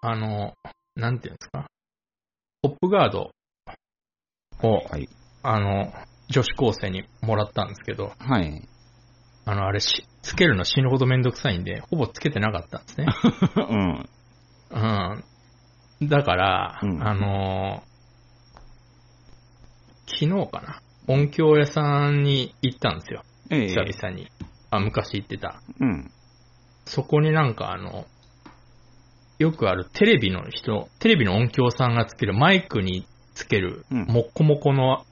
あの、なんていうんですか。ポップガードを、はい。あの、女子高生にもらったんですけど、はい。あの、あれし、つけるの死ぬほどめんどくさいんで、ほぼつけてなかったんです ね。うん。うん。だから、うんあのー昨日かな。音響屋さんに行ったんですよ。ええ久々に。あ、昔行ってた。うん。そこになんかあの、よくあるテレビの人、テレビの音響さんがつける、マイクにつける、うんもっこもこの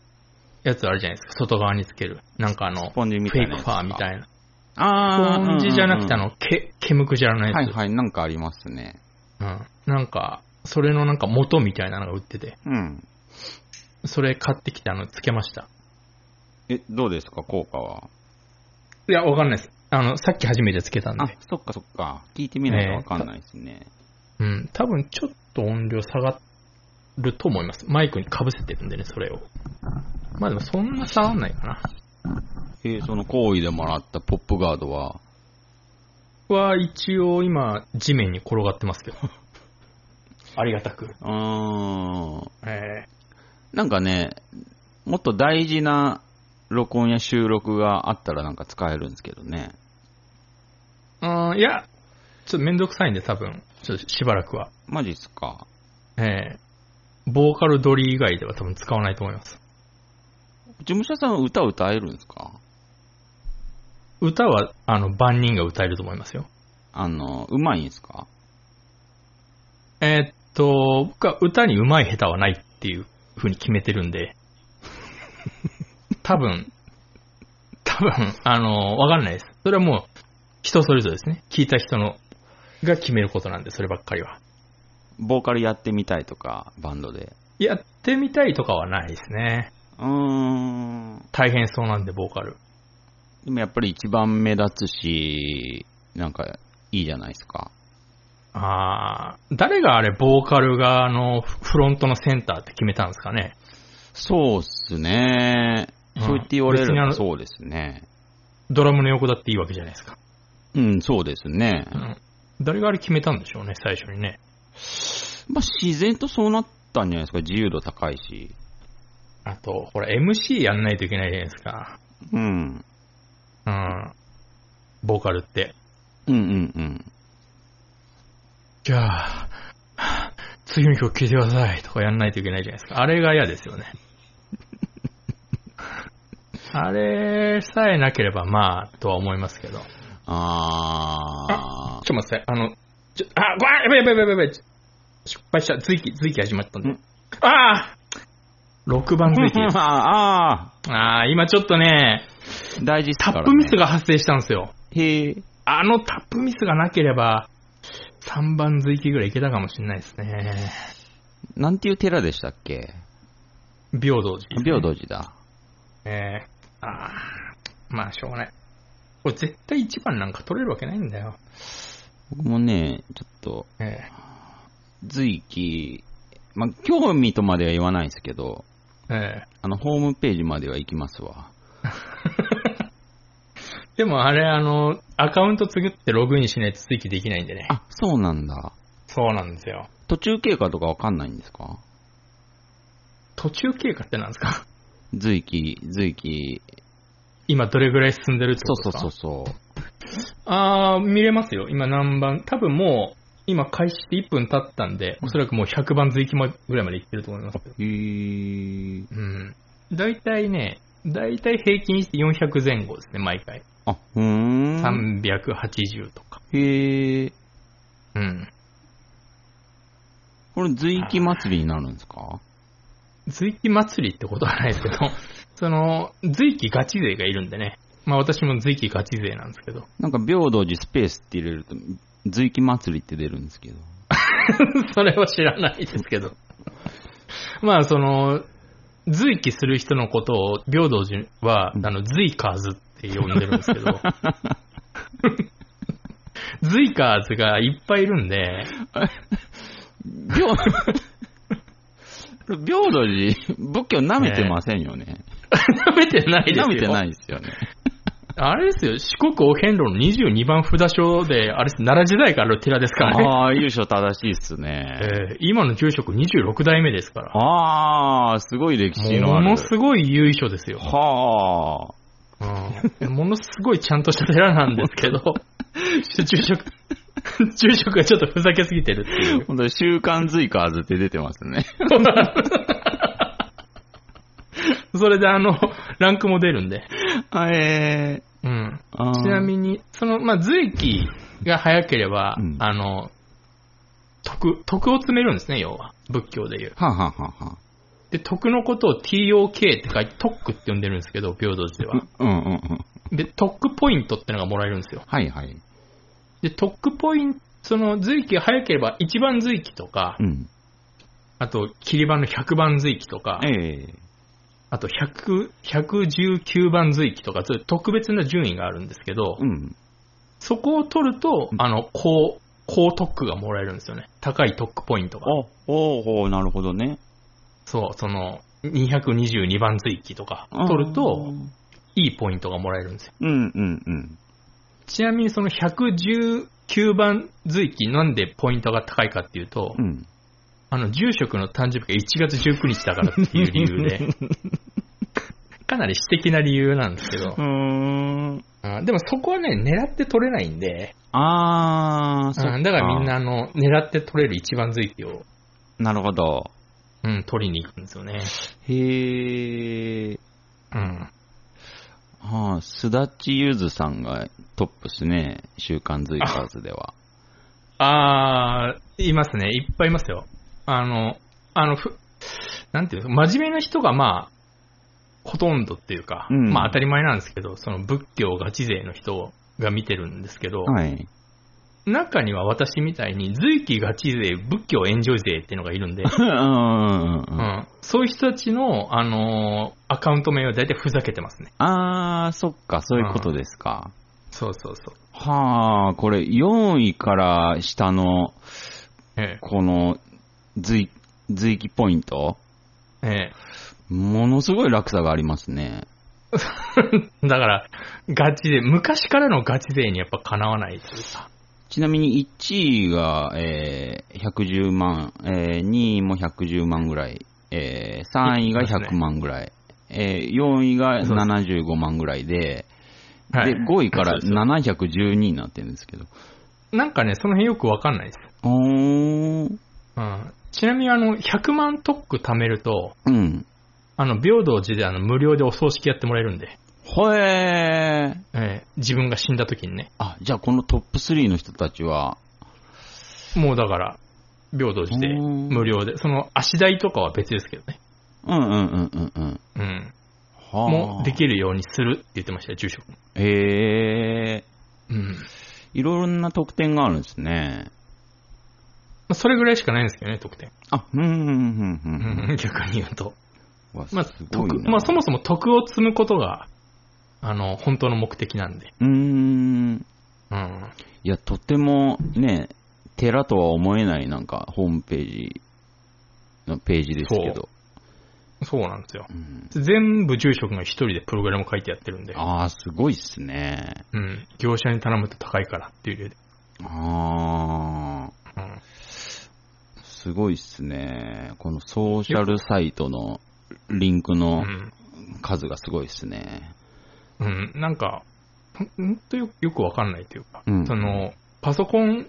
やつあるじゃないですか。外側につける。なんかあの、スポンジみフたいェなイやクつフか。ァーみたいな。あスーポンジじゃなくてあうんうんの、け、ケムクジャラのうんやつ。はいはい、なんかありますね。うん。なんか、それのなんか元みたいなのが売ってて、うん。それ買ってきたのつけました。え、どうですか、効果は。いや、わかんないです。あの、さっき初めてつけたんあで。、そっかそっか。聞いてみないとわかんないですね。うん。多分ちょっと音量下がると思います。マイクに被せてるんでね、それを。まあでもそんな下がんないかな。えーその行為でもらったポップガードは、は一応今、地面に転がってますけど。 ありがたく。うーん。えなんかね、もっと大事な録音や収録があったらなんか使えるんですけどね。えうん、いや、ちょっとめんどくさいんで多分、ちょっとしばらくは。マジっすか。ええボーカル取り以外では多分使わないと思います。事務所さんは歌歌えるんですか歌は、あの、万人が歌えると思いますよ。あの、うまいんですかえーっと、僕は歌に上手い下手はないっていう風に決めてるんで、多分、多分、あの、わかんないです。それはもう、人それぞれですね。聞いた人の、が決めることなんで、そればっかりは。ボーカルやってみたいとか、バンドで。やってみたいとかはないですね。うーん。大変そうなんで、ボーカル。でもやっぱり一番目立つし、なんか、いいじゃないですか。あー誰があれ、ボーカルが、あの、フロントのセンターって決めたんですかね。そうっすね。うんそう言って言われ別にあるのとそうですね。ドラムの横だっていいわけじゃないですか。うん、そうですね。うん誰があれ決めたんでしょうね、最初にね。まあ、自然とそうなったんじゃないですか。自由度高いし。あと、ほら、MC やんないといけないじゃないですか。うん。うん。ボーカルって。うんうんうん。じゃあ、はあ次の曲聴いてくださいとかやんないといけないじゃないですか。あれが嫌ですよ ね。あれさえなければ、まあ、とは思いますけど。あー。ちょ、待ってください。あの、ちょ、あ、ごめんやばいやばいやばいやばい。ちょ失敗した。随記、随記始まったんでん。ああ !6 番随記です。ああ ああ、今ちょっとね、ー、大事っすタかッら、ね。プミス。が発生したんですよ。へえ。あのタップミスがなければ、3番随記ぐらいいけたかもしれないですね。なんていう寺でしたっけ平等寺、平。等寺だ。えー、ああ、まあしょうがない。これ絶対1番なんか取れるわけないんだよ。僕もね、ちょっと、え随記、まあ、興味とまでは言わないですけど、ー、えあの、ホームページまでは行きますわ。ー。でもあれ、あの、アカウント作ってログインしないと追記できないんでね。あ、そうなんだ。そうなんですよ。途中経過とかわかんないんですか途中経過ってなんですか 随記、随記、今どれぐらい進んでるってそこうとでそうすかそうそう。あー、見れますよ。今何番、多分もう、今開始して1分経ったんで、おそらくもう100番随記まぐらいまでいってると思いますけど。へー。うん。大体ね、大体平均して400前後ですね、毎回。あ、うーん。 380とか。へー。うん。これ、随記祭りになるんですか随記祭りってことはないですけど、 その、随記ガチ勢がいるんでね。まあ私も随記ガチ勢なんですけど。 なんか、平等寺スペースって入れると、随記祭りって出るんですけど。それは知らないですけど。まあその、随記する人のことを、平等寺は、あの、随カーズって呼んでるんですけ ど。随カーズがいっぱいいるん で、平平等寺、仏教舐めてませんよね。舐めてないですよ。舐めてないですよね。あれですよ、四国お遍路の22番札所で、あれです、奈良時代からある寺ですからね。 ああ、優勝正しいっすね。えー今の住職26代目ですから。ああ、すごい歴史のもある。のすごい由緒ですよ、はあ。うんものすごいちゃんとした寺なんですけど、ちょっと住職、住職がちょっとふざけすぎてるっていう。本当に週刊ズイカーズって出てますね。それであの、ランクも出るんで。 えうん。ー、ちなみに、その、まあ、随期が早ければ、うんあの、徳、徳を詰めるんですね、要は。仏教でいう。あー。はあ、はあはあはで、徳のことを TOK って書いて、徳って呼んでるんですけど、平等寺では。あ、うんうんうん。で、特ポイントってのがもらえるんですよ。はいはい。で、特ポイント、その随期が早ければ一番随期とかう、ん。あと、切り番の100番随期とか、ええあと100、119番随期とか、そういう特別な順位があるんですけど、うん。そこを取るとう、んあの、高、高特区がもらえるんですよね。高い特区ポイントが。お、おうほう、なるほどね。そう、その、222番随記とかあー取ると、、いいポイントがもらえるんですよ。うんうんうん。ちなみにその119番随記なんでポイントが高いかっていうと、うん。あの、住職の誕生日が1月19日だからっていう理由で、かなり私的な理由なんですけど う、ーん。うんでもそこはね、狙って取れないんで、あー、そっうんだからみんな、あの、狙って取れる一番随記を、なるほど。うん、取りに行くんですよね。へえ。うん。はあ、すだちゆずさんがトップっすね。週刊ズイカーズでは。あー、いますね。いっぱいいますよ。あの、あの、ふなんていうの、真面目な人がまあ、ほとんどっていうか、うんまあ当たり前なんですけど、その仏教ガチ勢の人が見てるんですけど、はい。中には私みたいに、随記ガチ勢、仏教エンジョイ勢っていうのがいる んで、うんうんううんうん。ん、そういう人たちの、あのーアカウント名は大体ふざけてますね。あー、そっか、そういうことですか。そうそうそう。はあ、これ、4位から下の、えこの、随、随記ポイントええ ものすごい落差がありますね。え、だから、ガチ勢、昔からのガチ勢にやっぱかなわないというか。ちなみに1位が、えー、110万、えー、2位も110万ぐらい、えー、3位が100万ぐらい、えー、4位がそう75万ぐらいで、はいで、5位からそうそう712になってるんですけど。なんかね、その辺よくわかんないです。おうー、ん。ちなみに、あの、100万特区貯めると、うん。あの、平等寺であの無料でお葬式やってもらえるんで、ほええー。え自分が死んだ時にね。あ、じゃあこのトップ3の人たちは、もうだから、平等寺で、うん無料で。その、足代とかは別ですけどね。うんうんうんうんうん。うん。はもう、でる。きるようにするって言ってましたよ、住職も。へえうん。まー。いろんな特典があるんですね。あ、それぐらいしかないんですけどね、特典。あ、うんうんうんうんううん。ん、 逆に言うと。まあ、まあ、すごい徳、なまあ、そもそも徳を積むことが、あの、本当の目的なんで。うーん。うん。いや、とてもね、寺とは思えない、なんか、ホームページのページですけど。そうなんですよ。うん、全部住職が一人でプログラム書いてやってるんで、ああ、すごいっすね。うん、業者に頼むと高いからっていう理由で。ああ、うん、すごいっすね。このソーシャルサイトのリンクの数がすごいっすね。うん、うん、なんか、ほんほんとよよくわかんないというか、うんその、パソコン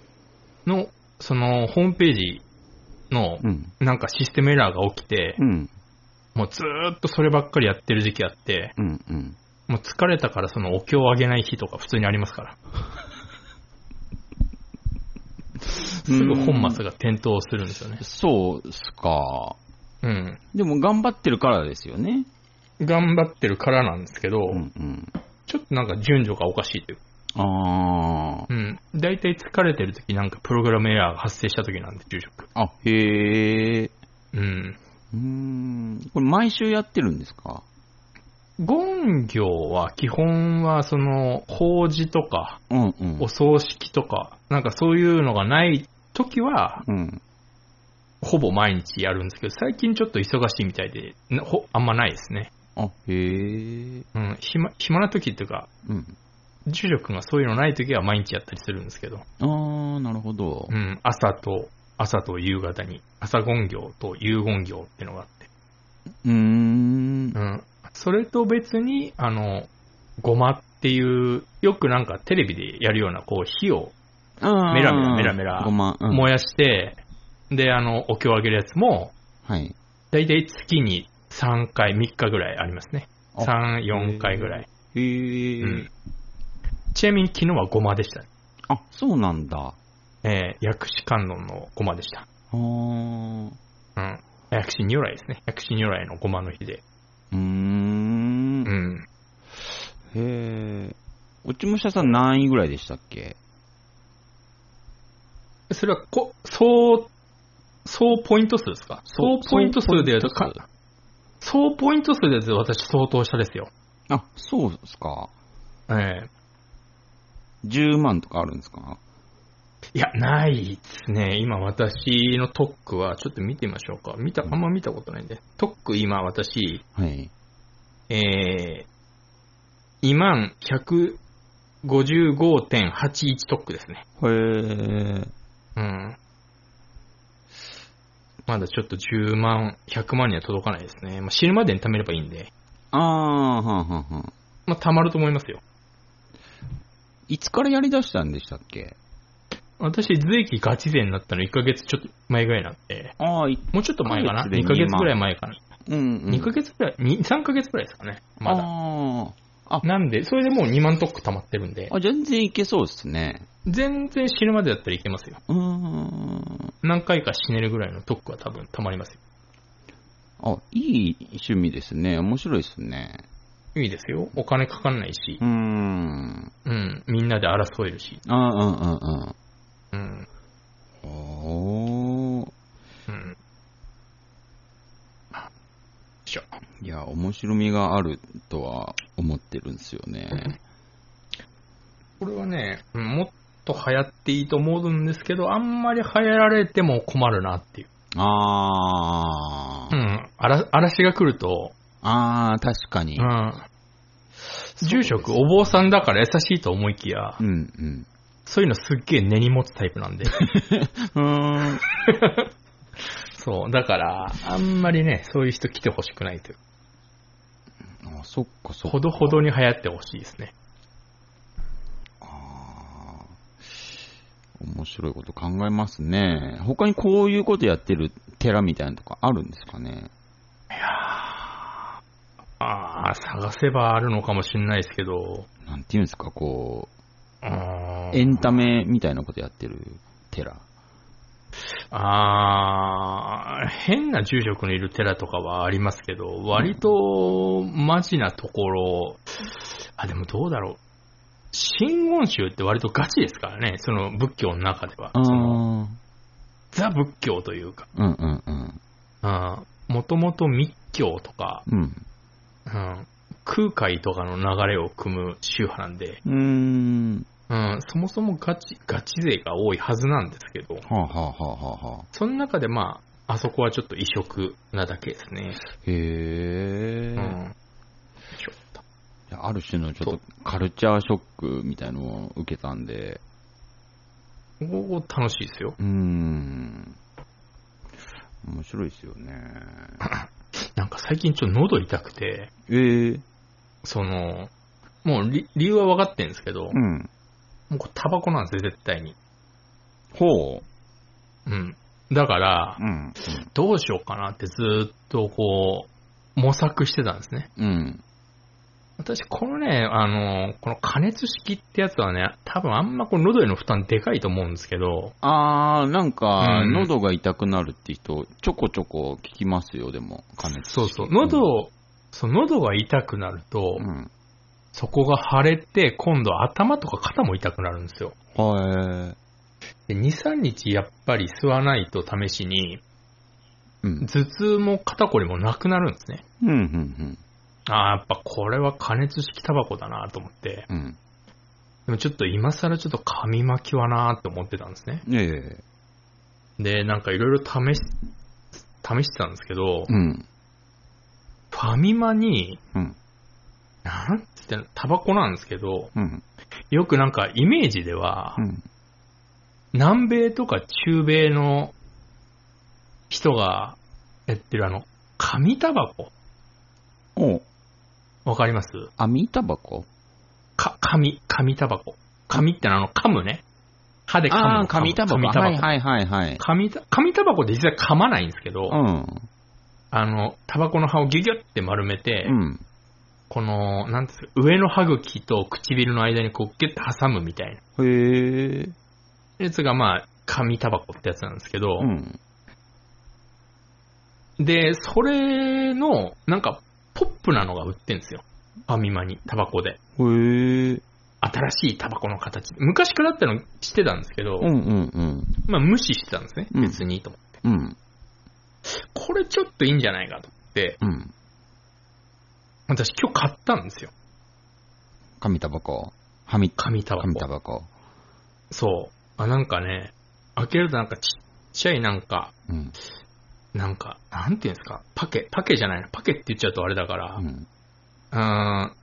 の、その、ホームページの、うん。なんかシステムエラーが起きてう、ん。もうずーっとそればっかりやってる時期あって、うん。うん。もう疲れたからそのお経をあげない日とか普通にありますから。すぐ本末が転倒するんですよね。そうっすか。うん。でも頑張ってるからですよね。頑張ってるからなんですけど、うんうん。ちょっとなんか順序がおかしいというかあうん。大体疲れてるときなんかプログラムエラーが発生したときなんで、昼食。あ。あ、へえ。うん。うーん。これ毎週やってるんですか言行は基本はその、法事とか、うんうんお葬式とか、なんかそういうのがないときは、うん。ほぼ毎日やるんですけど、最近ちょっと忙しいみたいで、なほあんまないですね。あ、へえ。うん、暇、暇な時っていうか、うん。住職がそういうのない時は毎日やったりするんですけど、ああ、なるほどう。ん、朝と、朝と夕方に、朝言行と夕言行ってのがあって、うーんう。ん、それと別に、あの、ごまっていう、よくなんかテレビでやるような、こう、火をあーメラメラメラメラごま、うん燃やして、で、あの、お経をあげるやつも、はい。だいたい月に3回、3日ぐらいありますね。あ3、4回ぐらい。へえ、うんちなみに昨日はごまでしたね。あ、そうなんだ。えー薬師観音のごまでした。あーうん。薬師如来ですね。薬師如来のごまの日で。うーんう。ん。へえ。落ち武者さん何位ぐらいでしたっけそれは、こ、そう、そうポイント数ですかそそううポイント数でやると総ポイント数か、そうポイント数でやると私相当下ですよ。あ、そうですか。え10万とかあるんですかえいや、ないですね。今私のトックは、ちょっと見てみましょうか。見た、あんま見たことないんで。トック今私、はい。えー、2155.81トックですね。へえ。うん。まだちょっと10万、100万には届かないですね。まあ、死ぬまでに貯めればいいんで、ああ、はんはんはん。まあ、貯まると思いますよ。いつからやり出したんでしたっけ私、税金ガチ税になったの1ヶ月ちょっと前ぐらいなんで、ああ、いもうちょっと前かな一 ?2 ヶ月ヶで月2万ぐらい前かな、うん、うん。二 ?2 ヶ月ぐらい、2、3ヶ月ぐらいですかね。まだ。ああ。なんで、それでもう2万トック貯まってるんであ、、あ、全然いけそうですね。全然死ぬまでだったらいけますよ。うーん。何回か死ねるぐらいのトックは多分貯まりますよ。あ、いい趣味ですね。面白いですね。いいですよ。お金かかんないしう、ーん。うん、みんなで争えるし、ああ、うんうんうん。うん、おー。うん。しょ。いや、面白みがあるとは思ってるんですよね。これはね、うんもっと流行っていいと思うんですけど、あんまり流行られても困るなっていう。あうー。ん。あら嵐が来ると、あー、確かにう。ん。住職、お坊さんだから優しいと思いきやう、んそういうのすっげえ根に持つタイプなんで。うん。うん。 そう。だから、あんまりね、そういう人来てほしくないという。あ、そっかそっか。ほどほどに流行ってほしいですね。あー面白いこと考えますね。他にこういうことやってる寺みたいなのとかあるんですかね。ああ、探せばあるのかもしれないですけど、なんていうんですか、こうーんう、エンタメみたいなことやってる寺。あー、変な住職のいる寺とかはありますけど、割とマジなところ、あ、でもどうだろう。真言宗って割とガチですからね、その仏教の中では。あー。そうのんザ仏教というか、うんうん。もともと密教とか、うん。うん、空海とかの流れを組む宗派なんで、うーん。うん、そもそもガチ、ガチ勢が多いはずなんですけど、はあ、はあはあはあはあ、その中でまあ、あそこはちょっと異色なだけですね。へえ、うんいやある種のちょっとカルチャーショックみたいのを受けたんで、おー楽しいですよ。うーん。面白いですよね。なんか最近ちょっと喉痛くて、 ええその、もう理理由は分かってるんですけど、もん。うこれタバコなんですよ、絶対に。ほう。うん。だから、うん。どうしようかなってずーっとこう、模索してたんですね。うん。私、このね、あの、この加熱式ってやつはね、多分あんまこの喉への負担でかいと思うんですけど、あー、なんか、うん喉が痛くなるって人、ちょこちょこ聞きますよ、でも、加熱式そうそう、喉、をそう喉が痛くなると、うん。そこが腫れて、今度頭とか肩も痛くなるんですよ。はい。で2、3日やっぱり吸わないと試しに、うん。頭痛も肩こりもなくなるんですね。うん、うん、ああ、やっぱこれは加熱式タバコだなと思って。うん。うん。でもちょっと今更ちょっと紙巻きはなーって思ってたんですね。ええで、なんかいろいろ試し、試してたんですけど、うん。フファミマに、うん。なんつってんのタバコなんですけど、うん。よくなんかイメージではう、ん。南米とか中米の人がやってるあの、紙タバコおうわかります網タバコか、紙、紙タバコ。紙ってのはあの、噛むね。歯で噛む。ああ、紙タバコ。紙タはバいコ。はいはいはい。紙タ紙タバコって実際噛まないんですけど、うん。あの、タバコの葉をギュギュって丸めて、うん。この、なんですか、上の歯茎と唇の間にこうギュッて挟むみたいなへえ。やつが、まあ、紙タバコってやつなんですけど、うん。で、それの、なんか、ポップなのが売ってんですよ。ファミマに、タバコで。へえ。新しいタバコの形。昔からあったの知ってたんですけど、うんうんうん。まあ無視してたんですね。うん別にいいと思って。うん。これちょっといいんじゃないかと思って、うん。私今日買ったんですよ。紙タバコ。はみ、紙タバ紙タコ。バコ。そう。あ、なんかね、開けるとなんかちっちゃいなんか、うん。なんか、なんていうんですか、パケ、パケじゃないな。パケって言っちゃうとあれだから、うん。うーん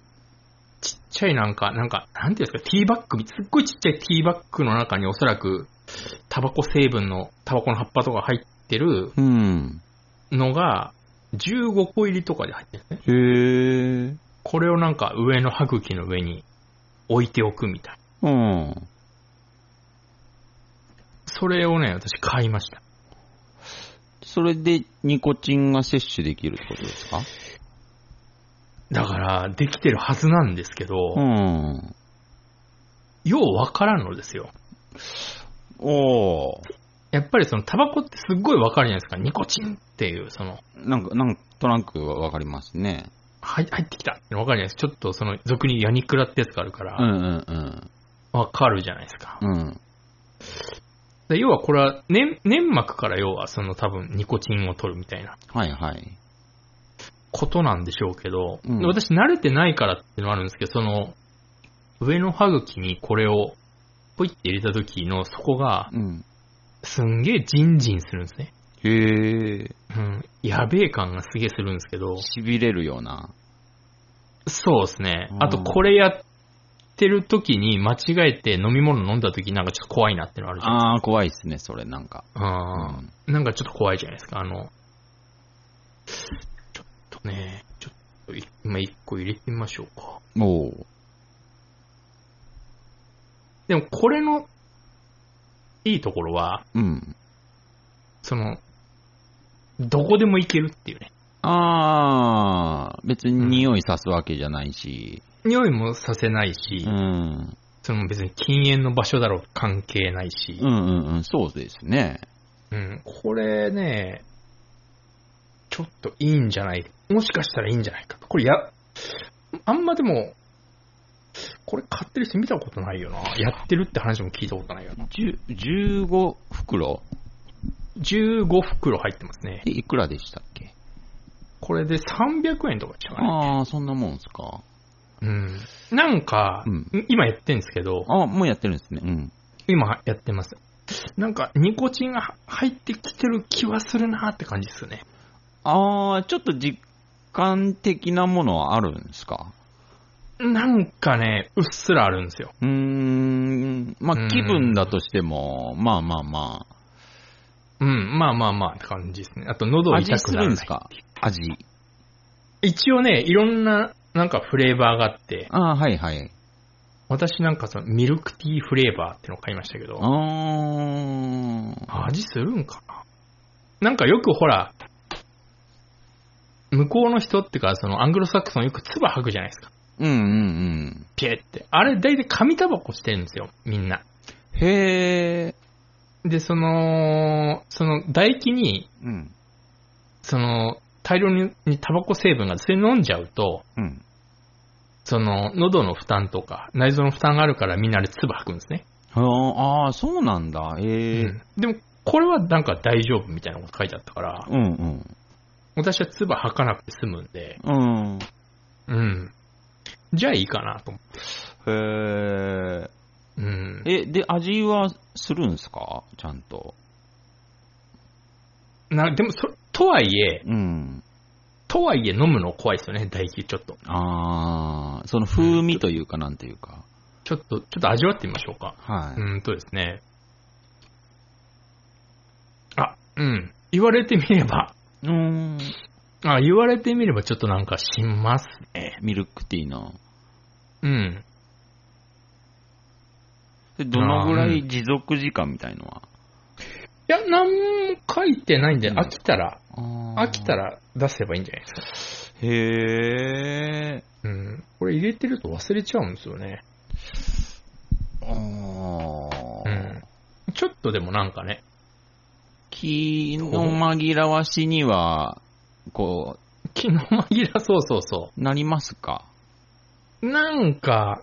ちっちゃいなんか、なんか、なんていうんですか、ティーバッグ、すっごいちっちゃいティーバッグの中におそらく、タバコ成分の、タバコの葉っぱとか入ってるうん。のが、15個入りとかで入ってるんですね。へえ。これをなんか上の歯茎の上に置いておくみたい。うん。それをね、私買いました。それでニコチンが摂取できるってことですかだから、できてるはずなんですけど、うん。ようわからんのですよ。おー。やっぱりそのタバコってすっごいわかるじゃないですか。ニコチンっていう、その、なんか、なんとなくわわかりますね。入入ってきたってのわかるじゃないですか。ちょっとその、俗にヤニクラってやつがあるかうら、んうんうん。わかるじゃないですか。うん。で要はこれは粘、粘膜から要はその多分ニコチンを取るみたいなはいはい。ことなんでしょうけど、うんで私慣れてないからっていうのはあるんですけど、その、上の歯茎にこれをポイって入れた時の底がうん。すんげえジンジンするんですね。へえ。うん。やべえ感がすげえするんですけど、痺れるような。そうですねう。んあとこれやってる時に間違えて飲み物飲んだ時なんかちょっと怖いなっていうのあるじゃないあー、怖いっすね、それ、なんか。ですか。うん。なんかちょっと怖いじゃないですか、あの、ちょっとね、ちょっとい今一個入れてみましょうか。うん。おー。でもこれのいいところは、うん。その、どこでもいけるっていうね。あー、別に匂いさすわけじゃないし。匂いもさせないし、うん。その別に禁煙の場所だろう関係ないしうん、うんうん、そうですね。うん、これね、ちょっといいんじゃないもしかしたらいいんじゃないかと。これや、あんまでも、これ買ってる人見たことないよな。やってるって話も聞いたことないよな。じゅ15袋15袋入ってますね。でいくらでしたっけこれで300円とか違うね。あー、そんなもんすか。うん。なんか、うん今やってんですけど、あ、もうやってるんですね。うん。今やってます。なんか、ニコチンが入ってきてる気はするなって感じですよね。あー、ちょっと実感的なものはあるんですかなんかね、うっすらあるんですよ。うーん、まうあん気分だとしても、まあまあまうん、まあまあまあって感じですね。あと、喉あ。を味痛くすなるるんですか味。一応ね、いろんな、なんかフレーバーがあって、ああ、はいはい。私なんかそのミルクティーフレーバーってのを買いましたけあど、ー味するんかななんかよくほら、向こうの人ってか、そのアングロサクソンよく唾吐くじゃないですか。うんうんピエって。あれ大体紙タバコしてるんですよ、みんな。うん。へえ。で、その、その唾液に、うん。その、大量ににタバコ成分が、それ飲んじゃうと、うん。その、喉の負担とか、内臓の負担があるからみんなあれ唾吐くんですね。あーあー、そうなんだ。へえ。うんでも、これはなんか大丈夫みたいなこと書いてあったから、うんうん。私は唾吐かなくて済むんで、うん。うん。じゃあいいかなと思って。へえ。うん。え、で、味はするんですかちゃんと。なでもそ、とはいえ、うん。とはいえ飲むの怖いですよね、唾液ちょっと。ああ、その風味というか、なんていうか。ちょっと、ちょっと味わってみましょうか。はうーんとですね。あ、うん。言われてみれば、い。うーん。あ、言われてみればちょっとなんかしますね。ミルクティーの。うん。でどのぐらあーうい持続時間みたいのは。いや、何も書いてないんで、うん飽きたら、あー飽きた。ら出せばいいんじゃないですか。へえ。うん。これ入れてると忘れちゃうんですよね。あーうん。ちょっとでもなんかね、気の紛らわしには、こ、気の紛らそうそうそうなりますかう。なんか、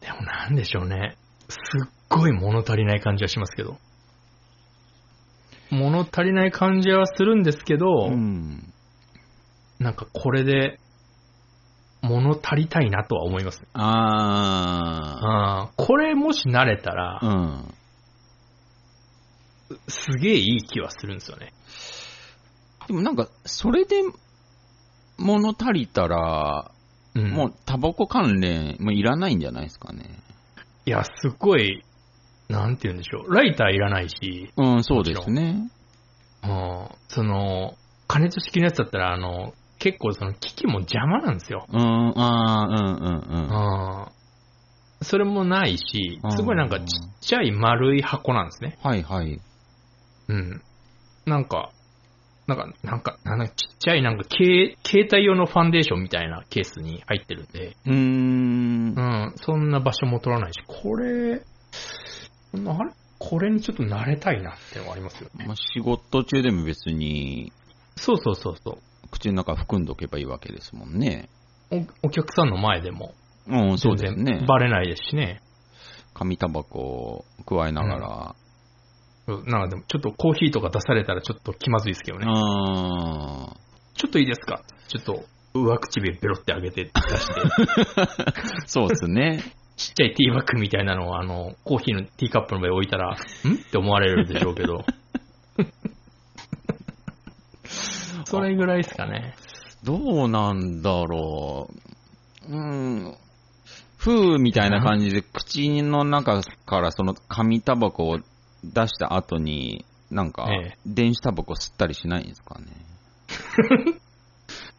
でもなんでしょうね。すっごい物足りない感じはしますけど。物足りない感じはするんですけど、ん。なんかこれで物足りたいなとは思いますね。ああーこれもし慣れたらあ。う、ん。すげえいい気はするんですよね。でもなんか、それで、物足りたら、うん、もうタバコ関連、もういらないんじゃないですかね。いや、すごい、なんて言うんでしょう。ライターいらないし、うん、そうですね。うんその、加熱式のやつだったら、あの、結構その機器も邪魔なんですよ。うん、ああ、うん、うん、うん。うんそれもないしうん、すごいなんかちっちゃい丸い箱なんですね。はい、はい。うん。なんか、なんか、なんか、なんだちっちゃいなんか携、携帯用のファンデーションみたいなケースに入ってるんで、うーんう。ん、そんな場所も取らないし、これ、あれこれにちょっと慣れたいなってのはありますよね。まあ、仕事中でも別に、そうそうそうそう。口の中含んどけばいいわけですもんね。おお客さんの前でも、うん、そうです全然ね。バレないですしね。紙タバコを加えながら。うんなんかでも、ちょっとコーヒーとか出されたらちょっと気まずいですけどね。ああ。ちょっといいですかちょっと、上唇ペロって上げて出 して、そうですね。ちっちゃいティーバッグみたいなのを、あの、コーヒーのティーカップの上に置いた ら、んって思われるでしょうけど。それぐらいですかね。どうなんだろう。うん。ふーみたいな感じで、口の中からその紙タバコを出した後に、なんかええ、電子タバコ吸ったりしないんですかね。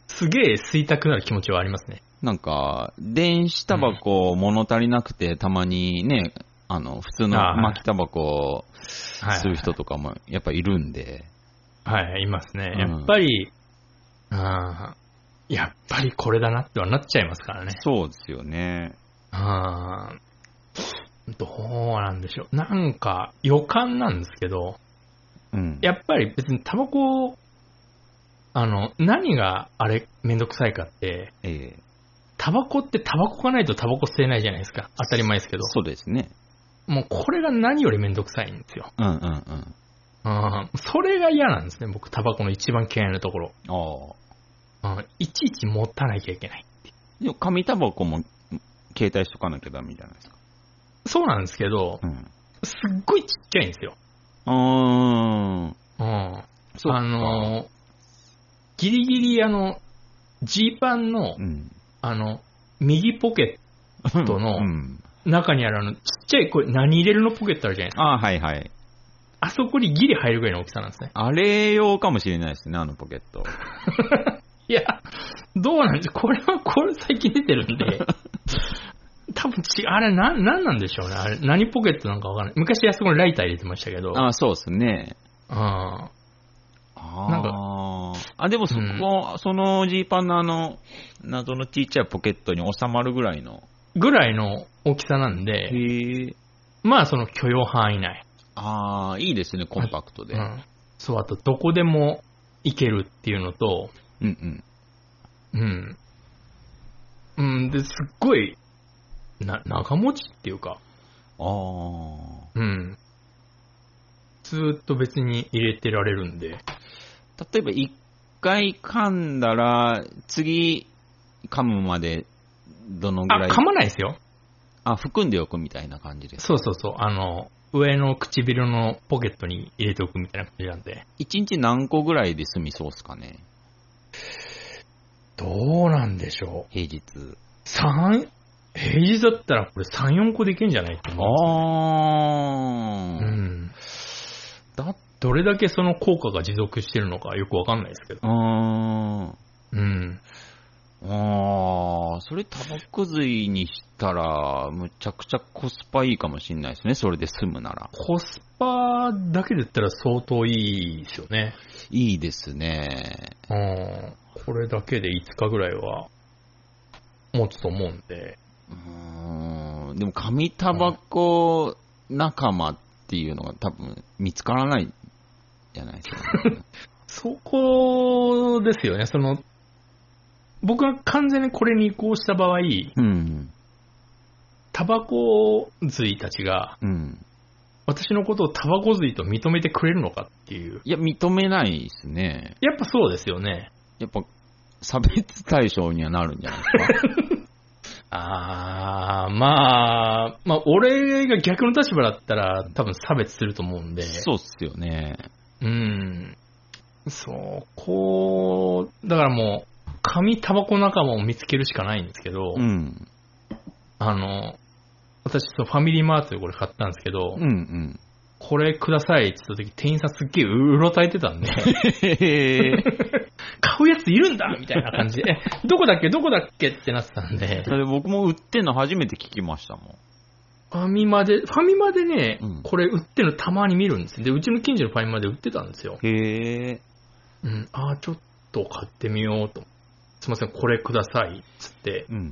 すげえ吸いたくなる気持ちはありますね。なんか、電子タバコ物足りなくて、たまにね、あの、普通のああ巻きタバコをはい。吸う人とかもやっぱいるんで、はい、いますね。うんやっぱり、あーやっぱりこれだなってはなっちゃいますからね。そうですよね。あーどうなんでしょう。なんか、予感なんですけど、うん。やっぱり別にタバコを、あの、何があれめんどくさいかって、ええタバコってタバコがないとタバコ吸えないじゃないですか。当たり前ですけど。そうですね。もうこれが何よりめんどくさいんですよ。うんうんうん。うん。それが嫌なんですね、僕、タバコの一番嫌いなところ。ああ。うん。いちいち持たなきゃいけない。でも紙タバコも携帯しとかなきゃダメじゃないですか。そうなんですけど、うん。すっごいちっちゃいんですよ。あーうん。そっかあの、ギリギリあの、ジーパンのう、 ん。あの、右ポケットのうん。中にあるあの、ちっちゃい、これ何入れるのポケットあるじゃないですか。ああ、はいはい。あそこにギリ入るぐらいの大きさなんですね。あれ用かもしれないですね、あのポケット。いや、どうなんでしょう。これは、これ最近出てるん で。多分ち、あれ、なん、なんなんでしょうね。あれ、何ポケットなんかわかんない。昔あそこにライター入れてましたけど。ああ、そうですね。うん。あなんあ。あ、でもそこ、そのジーパンのあの、謎のちっちゃいポケットに収まるぐらいの。ぐらいの大きさなんで、へえ。まあ、その許容範囲内。ああ、いいですね、コンパクトで。ううんん。そう、あと、どこでも行けるっていうのと、うん。うん。うん、で、すっごい、な、長持ちっていうか、ああ。うん。ずーっと別に入れてられるんで。例えば一回噛んだら、次噛むまでどのぐあらい、噛まないですよ。あ、含んでおくみたいな感じです。そうそうそう。あの、上の唇のポケットに入れておくみたいな感じなんで。一日何個ぐらいで済みそうっすかね。どうなんでしょ平日。う。三、平日だったらこれ3、4個できるんじゃないって思あう。ー。うん。だ、どれだけその効果が持続してるのかよくわかんないですけど。あー。うん。あー、それタバコ吸いにしたら、むちゃくちゃコスパいいかもしんないですね、それで済むなら。コスパだけで言ったら相当いいですよね。いいですね。うん。これだけで5日ぐらいは持つと思うんで。うーん、でも紙タバコ仲間っていうのが多分見つからないじゃないですか、ね。そこですよね。その、僕が完全にこれに移行した場合、 うん、タバコ吸いたちがうん。私のことをタバコ吸いと認めてくれるのかっていう。いや、認めないですね。やっぱそうですよね。やっぱ、差別対象にはなるんじゃないですか。あー、まあ、まあ、俺が逆の立場だったら多分差別すると思うんで。そうっすよ ね。うん。そう、こう、だからもう、紙タバコ仲間を見つけるしかないんですけど、うん、あの、私、そうファミリーマートでこれ買ったんですけど、うん、うん。これくださいって言った時、店員さんすっげえうろたえてたん で、へえ。買うやついるんだみたいな感じで、えどこだっけどこだっけってなってたんでそ、れ僕も売ってんの初めて聞きましたもん。ファミマで、ファミマでね、うんこれ売ってるのたまに見るんですよで、うちの近所のファミマで売ってたんですよ。へえ。うん、ああ、ちょっと買ってみようと。すいません、これくださいっつって、うん。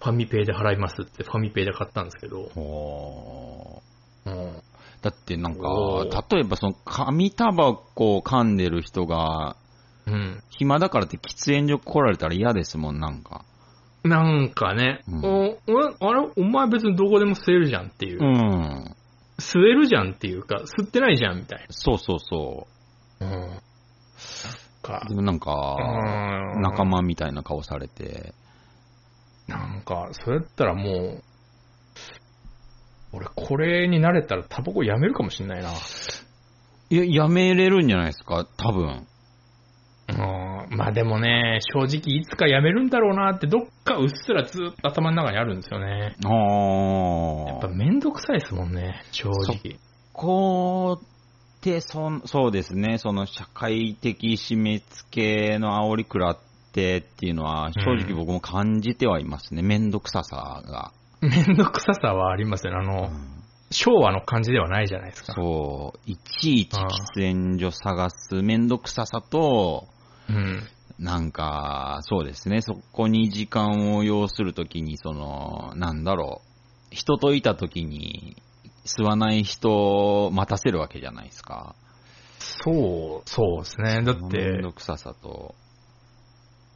ファミペイで払いますってファミペイで買ったんですけど、ほうん、ーだってなんかお、例えばその紙タバコを噛んでる人が、うん。暇だからって喫煙所来られたら嫌ですもん、なんか。なんかね、うんおうんあれ、お前別にどこでも吸えるじゃんっていう、うん。吸えるじゃんっていうか、吸ってないじゃんみたいそうそうそな。うん。う。かで、もなんか、うん仲。間みたいな顔されて。なんか、それやったらもう、俺、これに慣れたらタバコやめるかもしんないな。いや、やめれるんじゃないですか、多分。うん、まあでもね、正直いつかやめるんだろうなって、どっかうっすらずっと頭の中にあるんですよね。あやっあぱ。めんどくさいですもんね、正直。こうってそん、そうですね、その社会的締め付けの煽り食らってっていうのは、正直僕も感じてはいますね、めんどくささが。めんどくささはありますよね。あの、うん昭和の感じではないじゃないですか。そう、いちいち喫煙所探すめんどくささと、うん。なんか、そうですね、そこに時間を要するときに、その、なんだろう、人といたときに、吸わない人を待たせるわけじゃないですか。そう、そうですね。だっめんどて、くささと。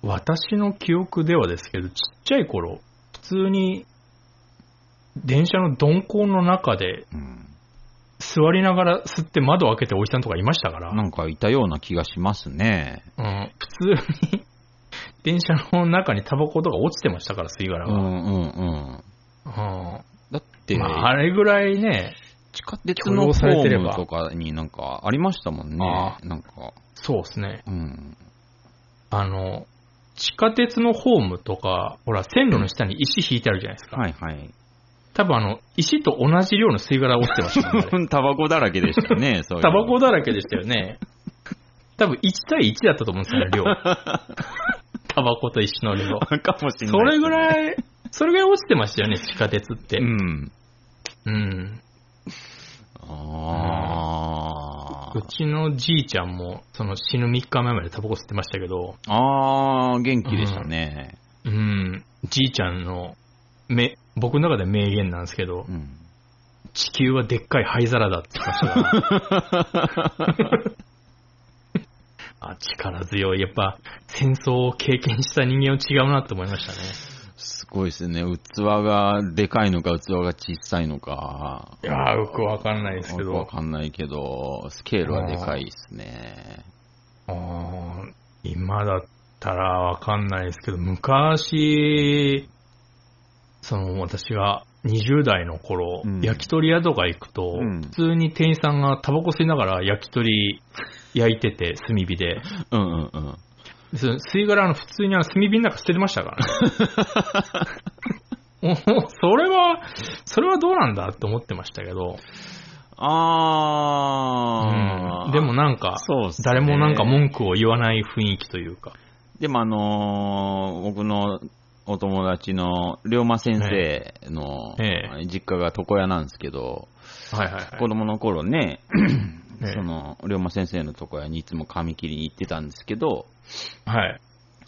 私の記憶ではですけど、ちっちゃい頃、普通に、電車の鈍行の中でうん座りながら吸って窓開けておじさんとかいましたから、なんかいたような気がしますね。うん、普通に 電車の中にタバコとか落ちてましたから、吸い殻うんうが。うんんうん。だって、まあ、あれぐらいね、地下鉄のホ許容されてれームばとかになんかありましたもんねあ。なんか、そうですね。うん。あの、地下鉄のホームとか、ほら、線路の下に石引いてあるじゃないですか。はいはい。 多分あの、石と同じ量の吸い殻落ちてましたねあれタバコだらけでしたね、そういうタバコだだらけでしたよね。 多分1対1だったと思うんですよね、 量。タバコと石の 量。かもしれない。それぐい。らい、それぐらい落ちてましたよね、地下鉄って。うん。うん。あうちのじいちゃんも、その死ぬ3日前までタバコ吸ってましたけど、あ。ああ、元気でしたね。うん、じいちゃんの、め、僕の中で名言なんですけどう、ん。地球はでっかい灰皿だって言ってました から。あ、力強い。やっぱ、戦争を経験した人間は違うなって思いましたね。すごいですね。器がでかいのか、器が小さいのか。いやー、よくわかんないですけよくわど。かんないけど、スケールはでかいですね。あー今だったらわかんないですけど、昔、その私が20代の頃、うん焼き鳥屋とか行くと、うん普通に店員さん がタバコ吸いながら焼き鳥焼いてて、炭火で。うんうんうん。そ吸い殻あの普通にあの炭瓶なんか捨ててました からね。もうそれは、それはどうなんだと思ってましたけど、あうー。んでも、なんか、そうっすね誰もなんか文句を言わない雰囲気というか、でもあのー僕のお友達の龍馬先生のえ実家が床屋なんですけど、はいはいはい子供の頃ね、ええその龍馬先生の床屋にいつも髪切りに行ってたんですけど、はい。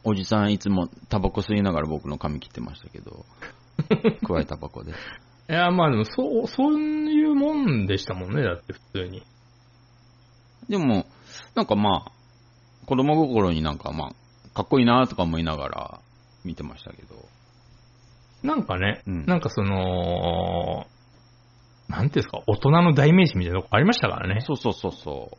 おじさんいつもタバコ吸いながら僕の髪切ってましたけ ど、加えタバコで。いや、まあでも、そう、そういうもんでしたもんね、だって普通に。でも、なんかまあ、子供心になんかまあ、かっこいいなとか思いながら見てましたけど。なんかね、うんなんかその、なんていうんですか、大人の代名詞みたいなとこありましたからね。そうそうそうそ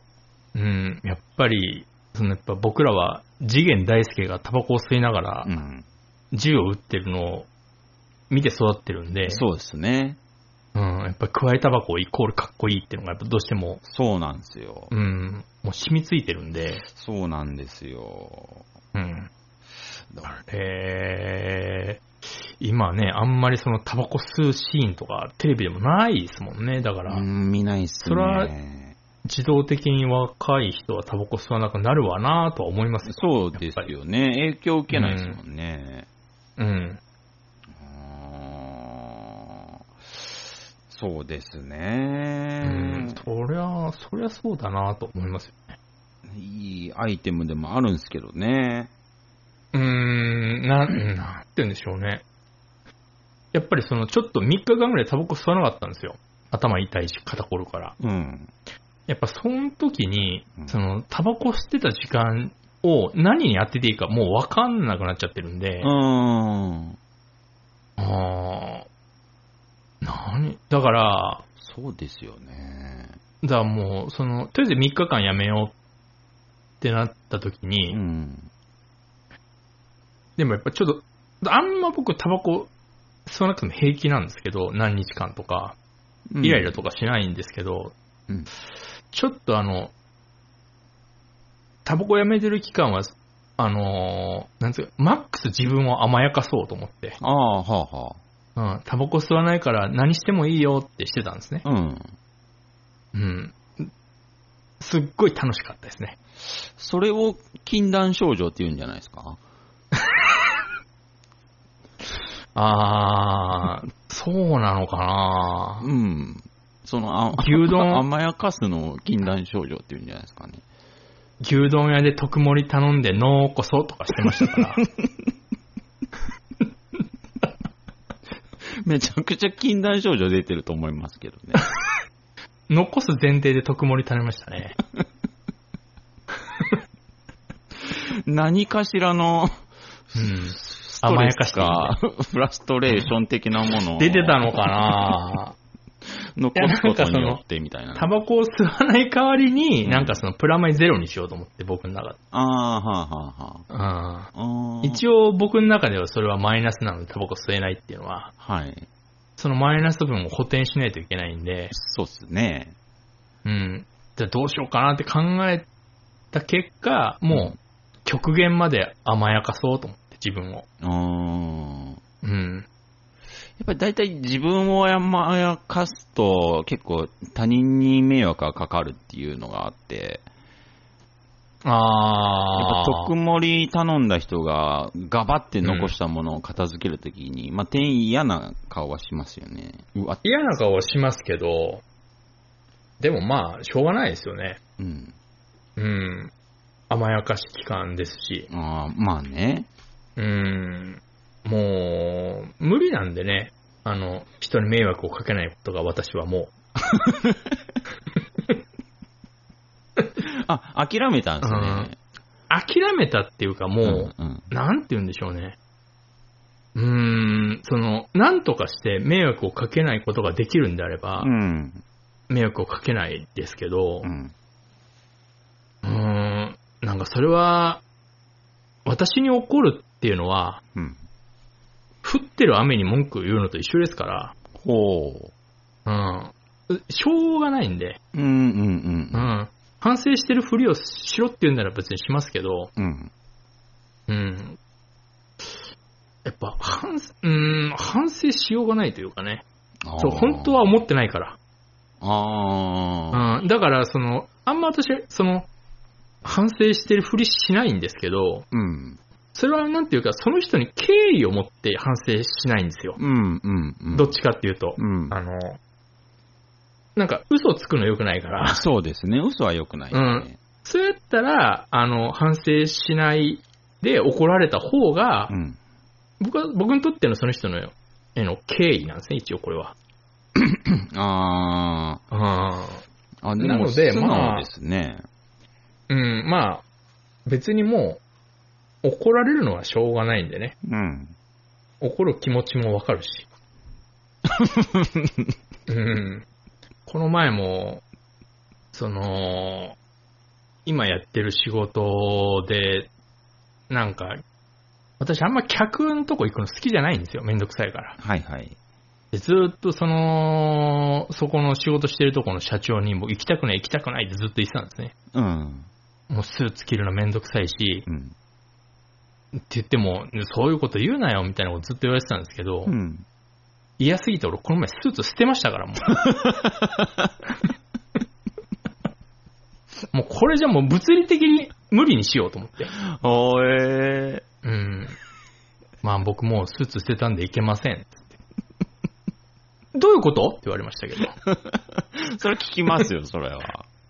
う。うん、やっぱり、そのやっぱ僕らは次元大輔がタバコを吸いながらうん、銃を撃ってるのを見て育ってるんで、そうですね。うん、やっぱり加えタバコイコールかっこいいっていうのがやっぱどうしても、そうなんですよ。うん、もう染みついてるんで、そうなんですよ。うん。だからえー、今ね、あんまりそのタバコ吸うシーンとかテレビでもないですもんね。だから、うん、見ないっすそれはね。自動的に若い人はタバコ吸わなくなるわなとは思いますよそうですよね。影響受けないですもんね。うん。あーそうですうねん。。そりゃ、そりゃそうだなと思いますよね。いいアイテムでもあるんですけどね。うーん、な、なんて言うんでしょうね。やっぱりその、ちょっと3日間ぐらいタバコ吸わなかったんですよ。頭痛いし、肩こるから。うん。やっぱその時にう、んその、タバコ吸ってた時間を何に当てていいかもうわかんなくなっちゃってるんで、うん。あー何だから、そうですよね。だからもう、その、とりあえず3日間やめようってなった時に、うん。でもやっぱちょっと、あんま僕タバコ吸わなくても平気なんですけど、何日間とか、イライラとかしないんですけど、うんちょっとあの、タバコやめてる期間は、あのーなんつうか、マックス自分を甘やかそうと思って、ああ、はあはうん、タバコ吸わないから何してもいいよってしてたんですね。あ。うん。うん。すっごい楽しかったですね。それを禁断症状って言うんじゃないですかあー、そうなのかなうん。その、あ牛丼 甘やかすのを禁断症状っていうんじゃないですかね。牛丼屋で特盛り頼んで、のーこそとかしてました から。めちゃくちゃ禁断症状出てると思いますけどね。残す前提で特盛り頼みましたね。 何かしらのうん。スト甘レやスかしてるか、フラストレーション的なものを出てたのかな残すことによってみたいな。タバコを吸わない代わりに、うんなんかそのプラマイゼロにしようと思って、僕の中で。ああ、はあはあはうん。ああー。一応僕の中ではそれはマイナスなのでタバコ吸えないっていうのは、はい。そのマイナス分を補填しないといけないんで、そうっすね。うん。じゃあどうしようかなって考えた結果、もう極限まで甘やかそうと思って自分を。うーん。うん。やっぱり大体自分を甘やかすと結構他人に迷惑がかかるっていうのがあって、やあっぱあ。特盛り頼んだ人がガバって残したものを片付けるときに、まあ店員嫌な顔はしますよね。うわ、嫌な顔はしますけど、でもまあ、しょうがないですよね。うん。うん。甘やかし期間ですし、ああ、まあね。うん。もう、無理なんでね。あの、人に迷惑をかけないことが私はもあ、諦めたんですね。う、諦めたっていうかもう、うん、うん。なんて言うんでしょうね。うーん、その、なんとかして迷惑をかけないことができるんであればう、ん。迷惑をかけないですけど、うん。うーん、なんかそれは、私に怒るっていうのは、うん。降ってる雨に文句を言うのと一緒ですかほら、うん、しょうがないんで、う。うんうんうん、反省してるふりをしろって言うんなら別にしますけど、うん。ううん。ん。やっぱ、反、うん、反省しようがないというかね。そう、本当は思ってないから。あうん。だから、その、あんま私、その、反省してるふりしないんですけど、ー。うん。それはなんていうか、その人に敬意を持って反省しないんですよ。うん、うん、うん。どっちかっていうと。うん。あの、なんか嘘つくの良くない から、そうですね。嘘は良くない、ね。そうやったら、あの、反省しないで怒られた方がう、ん。僕は、僕にとってのその人の、への敬意なんですね、一応これは。あーあ。でなも、ので素ま直あですね。うん、まあ、別にもう、怒られるのはしょうがないんでね。うん。怒る気持ちもわかるし。 うん。この前も、その、今やってる仕事で、なんか、私あんま客のとこ行くの好きじゃないんですよ。めんどくさいから。はいはい。でずーっとその、そこの仕事してるとこの社長にも行きたくない行きたくないってずっと言ってたんですね。うん。もうスーツ着るのめんどくさいし、うん。って言っても、そういうこと言うなよみたいなことずっと言われてたんですけど、うん。嫌すぎて俺この前スーツ捨てました からもう。もうこれじゃもう物理的に無理にしようと思って。おえうん。まあ僕もうスーツ捨てたんでいけませんっつって。どういうことって言われましたけど。ー。それ聞きま すよ、それは。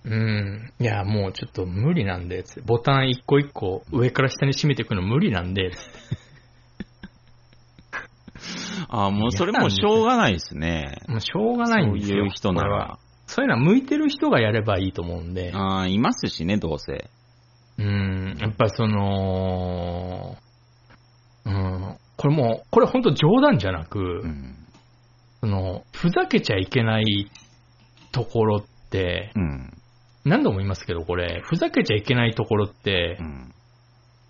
うん。いや、もうちょっと無理なんで、つって。ボタン一個一個上から下に締めていくの無理なんで、つってああ、もうそれもうしょうがないですね。もうしょうがそないんうですよ。いう人なこれらは。。そういうのは向いてる人がやればいいと思うんで。ああ、いますしね、どうせ。うん、やっぱその、うん、これもう、これ本当冗談じゃなく、うん。その、ふざけちゃいけないところって、うん。何度も言いますけど、これ、ふざけちゃいけないところって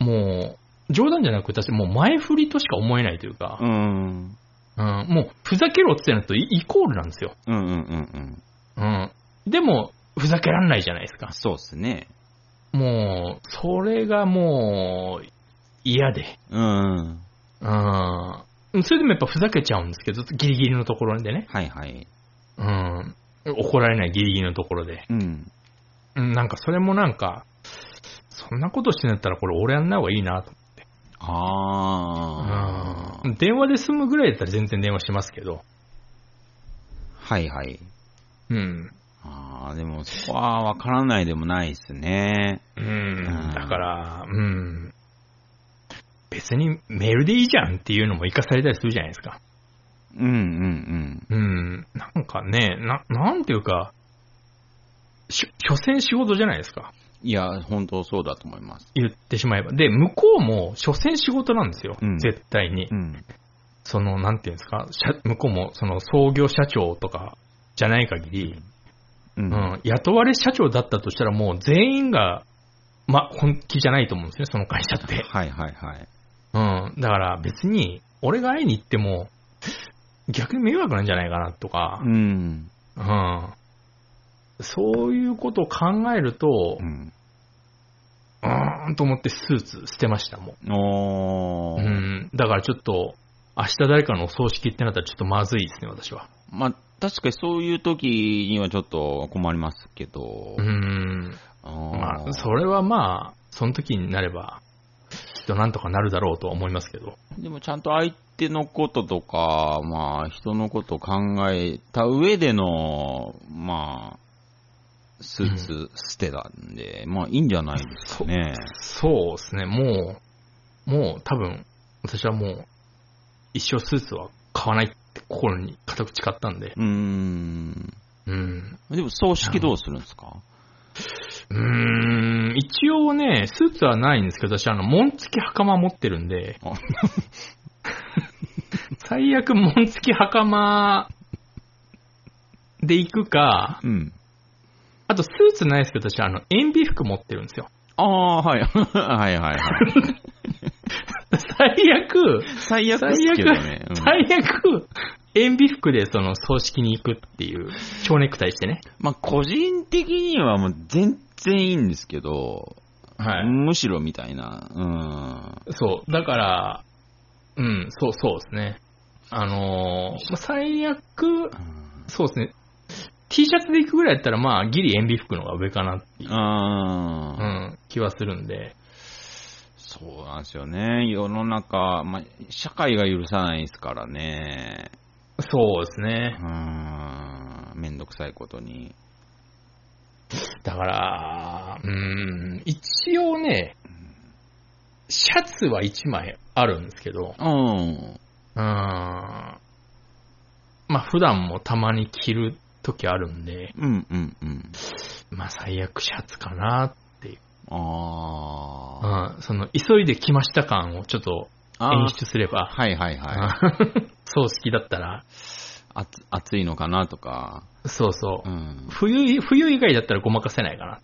う、ん。もう、冗談じゃなく、私もう前振りとしか思えないというかう、ん。うん、もう、ふざけろって言ってるのとイイコールなんですよ。うんうんうんうん。うん。でも、ふざけらんないじゃないですか。そうっすね。もう、それがもう、嫌で。うん。うん。それでもやっぱふざけちゃうんですけど、ギリギリのところでね。はいはい。うん。怒られないギリギリのところで。うん。うん、なんかそれもなんか、そんなことしてんだったらこれ俺やんない方がいいなと。ああ。うん。電話で済むぐらいだったら全然電話しますけど。はいはい。うん。ああ、でもそこはわからないでもないですね。うんうん。だから、うん。別にメールでいいじゃんっていうのも活かされたりするじゃないですか。うんうんうん。なんかね、な、なんていうか、しょ、所詮仕事じゃないですか。うん。いや、本当そうだと思います。言ってしまえば。で、向こうも、所詮仕事なんですよ。うん絶対に。うん。その、なんていうんですか、社向こうも、その、創業社長とか、じゃない限り、う。うんん、雇われ社長だったとしたら、もう全員が、ま、本気じゃないと思うんですね、その会社って。はいはいはい。うん。だから、別に、俺が会いに行っても、逆に迷惑なんじゃないかな、とかう、ん。うん。そういうことを考えるとう、ん。うーんと思ってスーツ捨てました、もう。おうー。ん、だからちょっと、明日誰かのお葬式ってなったらちょっとまずいですね、私は。まあ、確かにそういう時にはちょっと困りますけど。うん。まああ、あ、それはまあ、その時になれば、きっとなんとかなるだろうとは思いますけど。でもちゃんと相手のこととか、まあ、人のことを考えた上での、まあ、スーツ捨てたんで、まあいいんじゃないですかね。そうですね、もう、もう多分、私はもう、一生スーツは買わないって心に固く誓ったんで。うーん。うん。でも葬式どうするんですかうーん、一応ね、スーツはないんですけど、私あの、紋付き袴持ってるんで、あ 最悪紋付き袴で行くか、うん。あとスーツないですけど、私あの、塩ビ服持ってるんですよ。 ああ、はい。 はいはいはい。最悪、最悪最ですけどね。悪、うん最悪、塩ビ服でその葬式に行くっていう、蝶ネクタイしてね。まあ個人的にはもう全然いいんですけど、はい。むしろみたいな。そう。だから、うん、そうそうですね。あのーまあ最悪う、ん。そうですね。T シャツで行くぐらいやったら、まあ、ギリ塩ビ服の方が上かなっていう、あうあ、ん、気はするんで。そうなんですよね。世の中、まあ、社会が許さないですからね。そうですうね。ん。めんどくさいことに。だから、うん、一応ね、シャツは1枚あるんですけど、うん。うん、まあ、普段もたまに着る時あるんで、うんうんうん。まあ、最悪シャツかな。あうん、その、急いで来ました感をちょっとあ。あ演ー出すれば、はいはいはい。 葬式だったら、あつ暑いのかなとか。そうそうう。ん。冬い、冬以外だったらごまかせないかなと。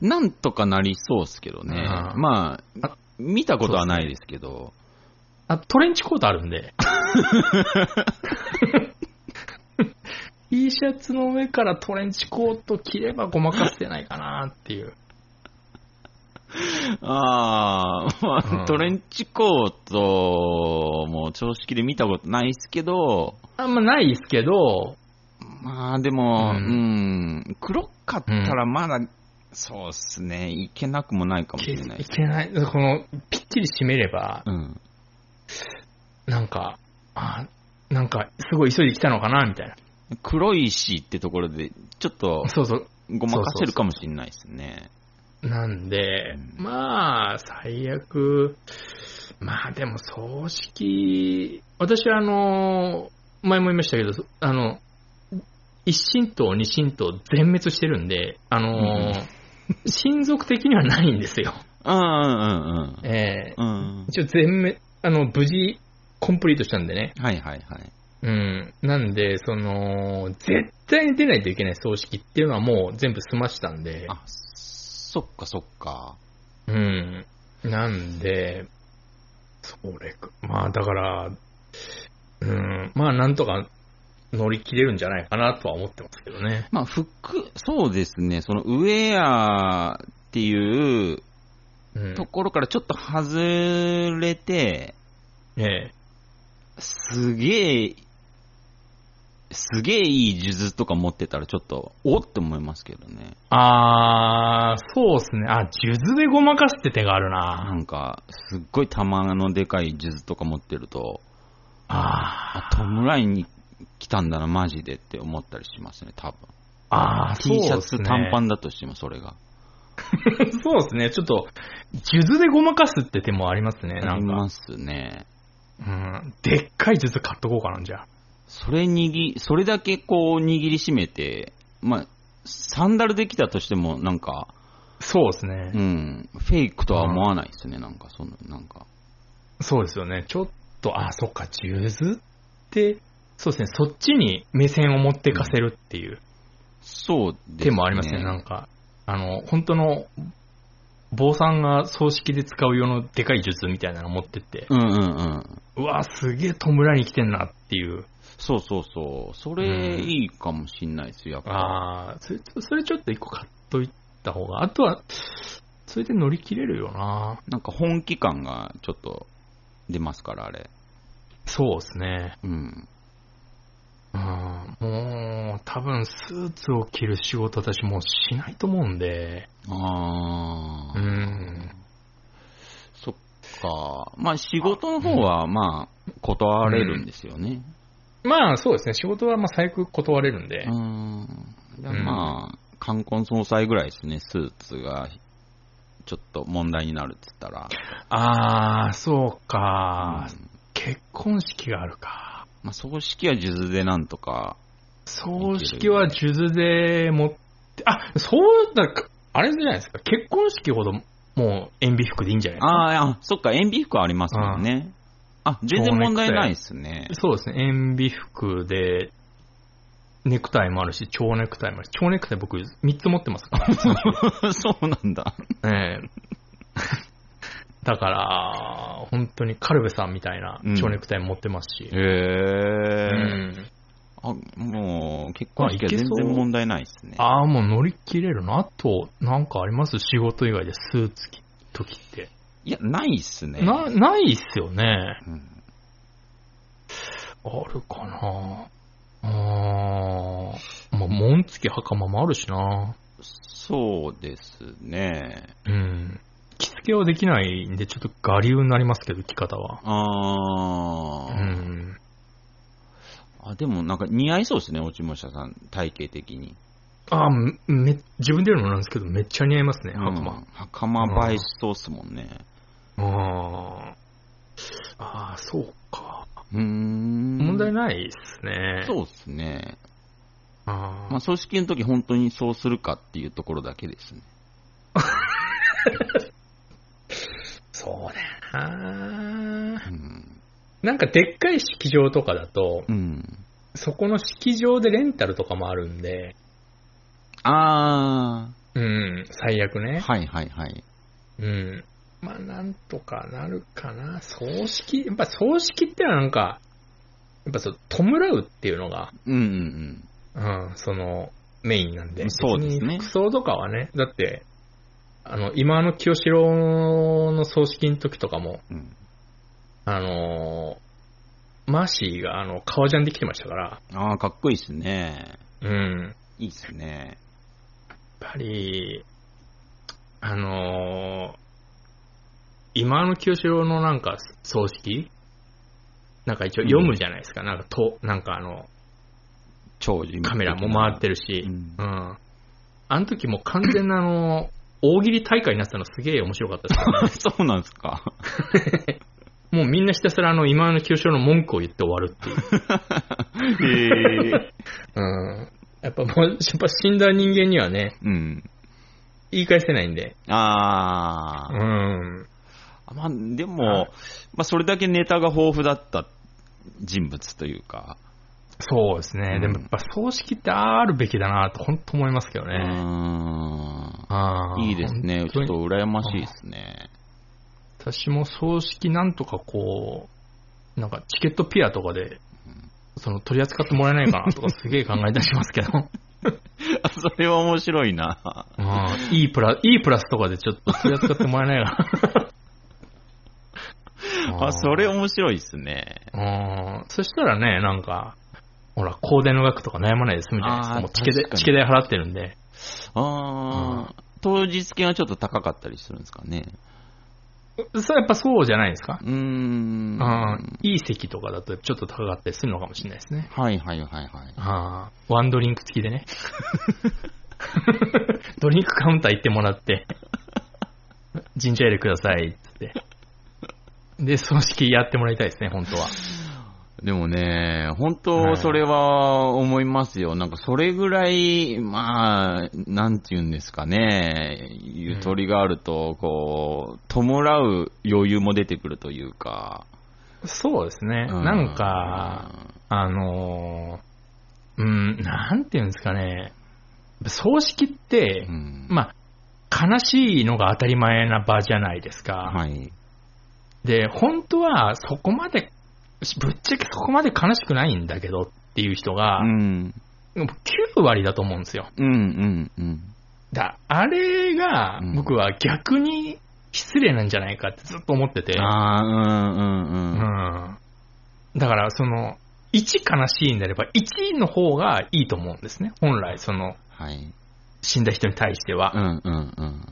なんとかなりそうっすけどね。うんまああ、見たことはないですけど。あとトレンチコートあるんで。T シャツの上からトレンチコート着ればごまかせないかなっていう。ああ、まあうんトレンチコートも常識で見たことないっすけど、あんまないですけど、まあでも、うう、ん黒かったらまだ、そうっすね、いけなくもないかもしけれないい。けない。この、ぴっちり締めれば、うん。なんか、あ、なんか、すごい急いで来たのかなみたいな。黒いしってところで、ちょっとそうそう。ごまかせるかもしれないですね。なんで、うんまあ、最悪、まあでも葬式、私はあの、前も言いましたけど、あの、一神党、二神党全滅してるんで、あの、親族的にはないんですよ。うん うんうんええうん。うん。一応全滅、あの、無事、コンプリートしたんでね。はいはいはい。うん。なんで、その、絶対に出ないといけない葬式っていうのはもう全部済ましたんで。あ、そっかそっか。うん。なんで、それか。まあだから、うん、まあなんとか乗り切れるんじゃないかなとは思ってますけどね。まあ、服、そうですね、そのウェアっていううん。ところからちょっと外れて、ええ。すげえ、すげえいい数珠とか持ってたらちょっと、おって思いますけどね。あー、そうっすね。あ、数珠でごまかすって手があるなな。んか、すっごい玉のでかい数珠とか持ってると、ああ、トムラインに来たんだな、マジでって思ったりしますね、多分。あー、 T シャそうっすツね短パンだとしても、それが。 そうですね。ちょっと、数珠でごまかすって手もありますね。あなりんか。ますね。うん。でっかい数珠買っとこうかな、じゃあ。それ握り、それだけこう握りしめて、まあ、サンダルできたとしても、なんか、そうですねう。ん、フェイクとは思わないですね、なんか、その、なんか。そうですよね。ちょっと、あ、そっか、数珠って、そうですね、そっちに目線を持ってかせるっていうそうです手もありますね。なんか、あの、本当の、坊さんが葬式で使う用のでかい術みたいなの持ってってう、んうんうん。うわ、すげえ弔いに来てんなっていう。そうそうそう。それ、いいかもしんないですよ、やっぱ。ああ、それ、それちょっと一個買っといた方が、あとは、それで乗り切れるよな。なんか本気感がちょっと出ますから、あれ。そうですね。うん。うん、もう、多分スーツを着る仕事私もうしないと思うんで、あうー。ん。そっか。まあ、仕事の方は、まあ、断れるんですよね。まあそうですね、仕事はまあ最悪断れるんでう、ん。うんまあ、冠婚葬祭ぐらいですね、スーツが、ちょっと問題になるって言ったら。ああ、そうか、うん結婚式があるか。まあ、葬式は数珠でなんとか。葬式は数珠で持って、あ、そうだ、あれじゃないですか、結婚式ほどもう塩ビ服でいいんじゃないですか。あーいやそっか、塩ビ服ありますもんね。あ、全然問題ないですね。そうですね、塩ビ服で、ネクタイもあるし、蝶ネクタイもあるし、蝶ネクタイ僕3つ持ってますから。 そうなんだ。ええ だから、本当にカルベさんみたいな蝶ネクタイも持ってますし。へうえ。んあ、もう、結婚式は全然問題ないですね。ああ、もう乗り切れるな。あと、なんかあります仕事以外でスーツ着時って。いや、ないっすね。な、ないっすよね。うん、あるかなあー。まあ、紋付き袴もあるしな。そうですね。うん。着付けはできないんで、ちょっと我流になりますけど、着方は。あうー、ん。あ。でもなんか似合いそうですね、落ち武者さん、体型的に。あーめ、自分で言うのもなんですけど、めっちゃ似合いますね、う袴ん。。袴映えしそうっすもんね。あーあー、そうか。うーん。問題いないっすね。そうっすね。あーまあ、組織の時本当にそうするかっていうところだけですね。そうだよなうん。なんかでっかい式場とかだと、うん。そこの式場でレンタルとかもあるんで、あうん、最悪ー。ね。はいはいはい。うん。まあ、なんとかなるかな。葬式、やっぱ葬式ってのはなんか、やっぱそう、弔うっていうのが、うんうんうん、その、メインなんで。そうですね別に服装とかはね、だって、あの、今の清志郎の葬式の時とかも、うん。うん、あのーマーシーがあの、革ジャンできてましたから、あー、かっこいいっすね。うん。いいっすね。やっぱり、あのー今の清志郎のなんか葬式なんか一応読むじゃないですか。なんかと、なんかあの、長寿カメラも回ってる。るし。うん うん。あの時もう完全なあの、大喜利大会になってたのすげえ面白かったですよね、そうなんですか。もうみんなひたすらあの、今の清志郎の文句を言って終わるっていう。へえ。うん。やっぱもう、やっぱ死んだ人間にはね、 うん。言い返せないんで。あうー。ん。まあ、ではもい、まあ、それだけネタが豊富だった人物というか。そうですね。うんでもやっぱ葬式ってあるべきだなと本当思いますけどうね。ーあん。ーいいですね。ちょ本っ当とに羨ましいですね。 私も葬式なんとかこう、なんかチケットピアとかでうん、その取り扱ってもらえないかなとかすげえ考えたりしますけど。あそれは面白いな。あーいいプラ、いいプラスとかでちょっと取り扱ってもらえないかな。 あ、それ面白いですね。うん。そしたらね、なんか、ほら、香典の額とか悩まないで済むじゃないですあか。ーもうチケ確でかにチケ代払ってるんで。あー。当日券はちょっと高かったりするんですかね。それやっぱそうじゃないですかう。ーん。うん、いい席とかだとちょっと高かったりするのかもしれないですね。はいはいはいはい。あーワンドリンク付きで ね。ドリンクカウンター行ってもらって、ジンジャーエールくださいっつって。で、葬式やってもらいたいですね、本当は。でもね、本は当、いそれは思いますよ。なんか、それぐらい、まあ、なんて言うんですかね、ゆとりがあると、こう、弔う余裕も出てくるというか。そうですね。うなんか、、あのーうん、なんていうんですかね。葬式って、うん、まあ、悲しいのが当たり前な場じゃないですか。はい。で、本当はそこまで、ぶっちゃけそこまで悲しくないんだけどっていう人がう、ん、もう9割だと思うんですよ。うん、うん、うん。だあれがうん僕は逆に失礼なんじゃないかってずっと思ってて、ああ、うん、ううん、うん。ん、だからその、1悲しいんであれば、1の方がいいと思うんですね。本来、その、はい。死んだ人に対してはう。ん、うん、うん。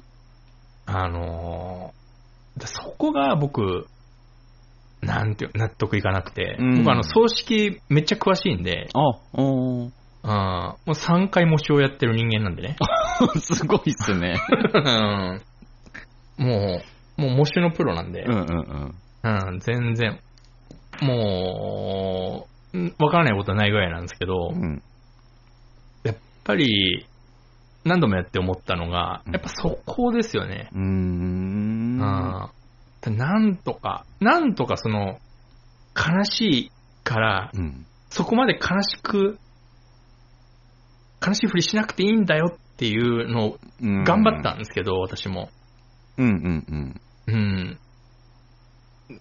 あのーだそこが僕、なんていう納得いかなくて、うん僕あの、葬式めっちゃ詳しいんで、あ、おーあーもう3回模試をやってる人間なんでね。すごいっすね。うん もう、もう模試のプロなんで、 うん、うん、うん。うん全然、もう、うんわからないことはないぐらいなんですけど、やっうんぱり、何度もやって思ったのがう、んやっぱそこですよね。うーん。あーなんとか、なんとかその、悲しいから、うん。そこまで悲しく、悲しいふりしなくていいんだよっていうのをうん頑張ったんですけど、私も。うんうんうん。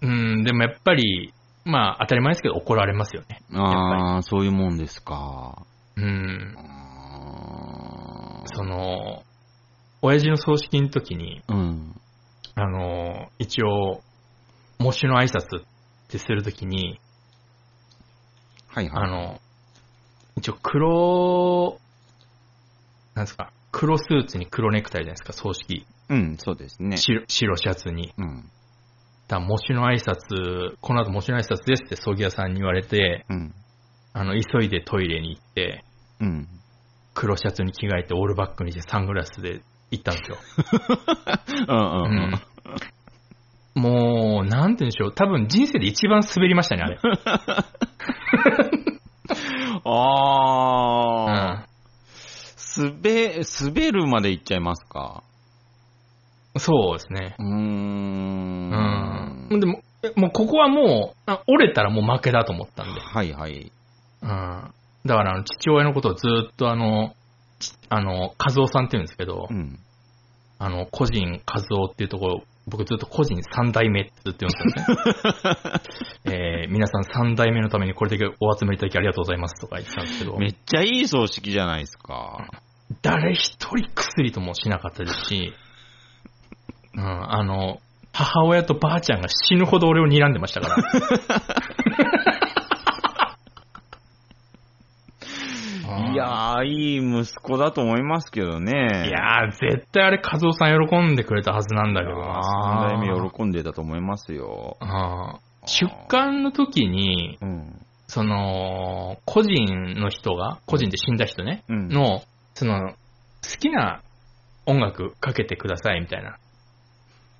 うん。うん、でもやっぱり、まあ当たり前ですけど怒られますよね。ああ、そういうもんですか。うん。あーその、親父の葬式の時に、うん。あの、一応、模試の挨拶ってするときに、はいあはい。の、一応黒、なんですか、黒スーツに黒ネクタイじゃないですか、葬式。うん、そうですね。白白シャツに。うん。だから模試の挨拶、この後模試の挨拶ですって葬儀屋さんに言われて、うん。あの、急いでトイレに行って、うん。黒シャツに着替えてオールバックにしてサングラスで行ったんですよ。うんうんうん。うんもう、なんて言うんでしょう。多分人生で一番滑りましたね、あれ。あ あ、うん滑、滑るまでいっちゃいますか。そうですね。うーん。うん。でも、えもうここはもう、あ折れたらもう負けだと思ったんで。はいはい。うん。だから、あの父親のことをずっとあの、ちあの、和夫さんって言うんですけど、うん。あの、個人和夫っていうところ、僕ずっと個人三代目ってずっと言うんですよね。えー皆さん三代目のためにこれだけお集めいただきありがとうございますとか言ってたんですけど、めっちゃいい葬式じゃないですか。誰一人薬ともしなかったですし、うん、あの、母親とばあちゃんが死ぬほど俺を睨んでましたから。うん いやー、いい息子だと思いますけどね。いやー、絶対あれ、和夫さん喜んでくれたはずなんだけどな。三代目喜んでたと思いますよ。うん出棺の時に、うん。その、個人の人が、個人で死んだ人ね、うん。の、その、好きな音楽かけてくださいみたいな。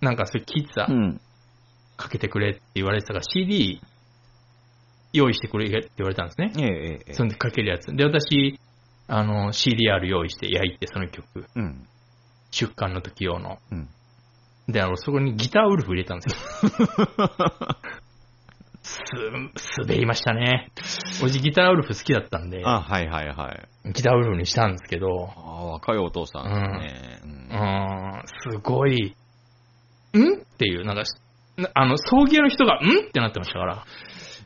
なんかそれ聞いてた、うん。かけてくれって言われてたから CD 用意してくれって言われたんですね。ええええええそんでかけるやつ。で、私、あの、CDR 用意して焼いて、その曲。うん。出棺の時用の。うん。で、あの、そこにギターウルフ入れたんですよ。す、滑りましたね。おじギターウルフ好きだったんで、あ、はいはいはい。ギターウルフにしたんですけど、ああ、若いお父さんですね。うーん、すごい、んっていう、なんか、なあの、葬儀屋の人が、んってなってましたから、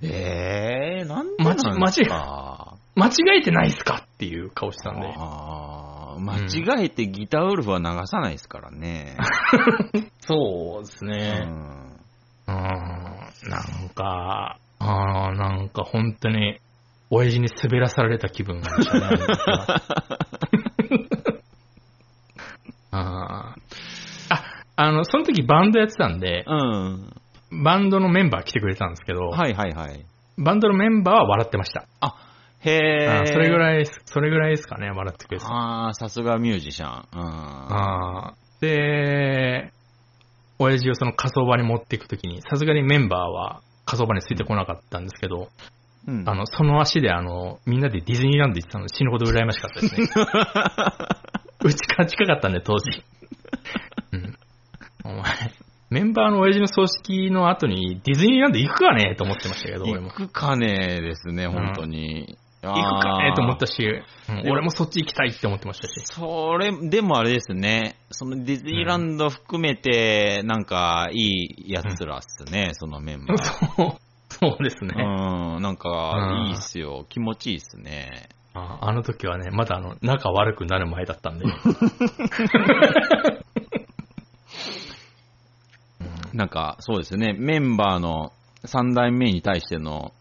ええなんでまちなんですか間違えてないっすかっていう顔してたんで、あー間違えてギターウルフは流さないですから ね。そうですうね。うんーん、なんか、あーなんか本当に、親父に滑らされた気分がしたね。 あーあ、あの、その時バンドやってたんで、うん。バンドのメンバー来てくれたんですけど、はいはいはい。バンドのメンバーは笑ってました。へあえー。それぐい。らいです、それぐらいですかね、笑ってくれてた。ああ、さすがミュージシャン。うん。あーで、親父をその火葬場に持っていくときに、さすがにメンバーは火葬場についてこなかったんですけど、うんあの、その足であの、みんなでディズニーランド行ってたの死ぬほど羨ましかったです ね。うちから近かったんで、当時。うん。お前、メンバーの親父の葬式の後にディズニーランド行くかねと思ってましたけど、俺行も。くかねえですね、本当に。行行くかねと思ったし、うん俺もそっち行きたいって思ってましたし。それ、でもあれですね、そのディズニーランド含めて、なんか、いいやつらっすね、そのメンバー。 そう、そうですね。うん、なんうかん、いいっすよ。気持ちいいっすね。ああの時はね、まだあの、仲悪くなる前だったんで。なんか、そうですね、メンバーの3代目に対しての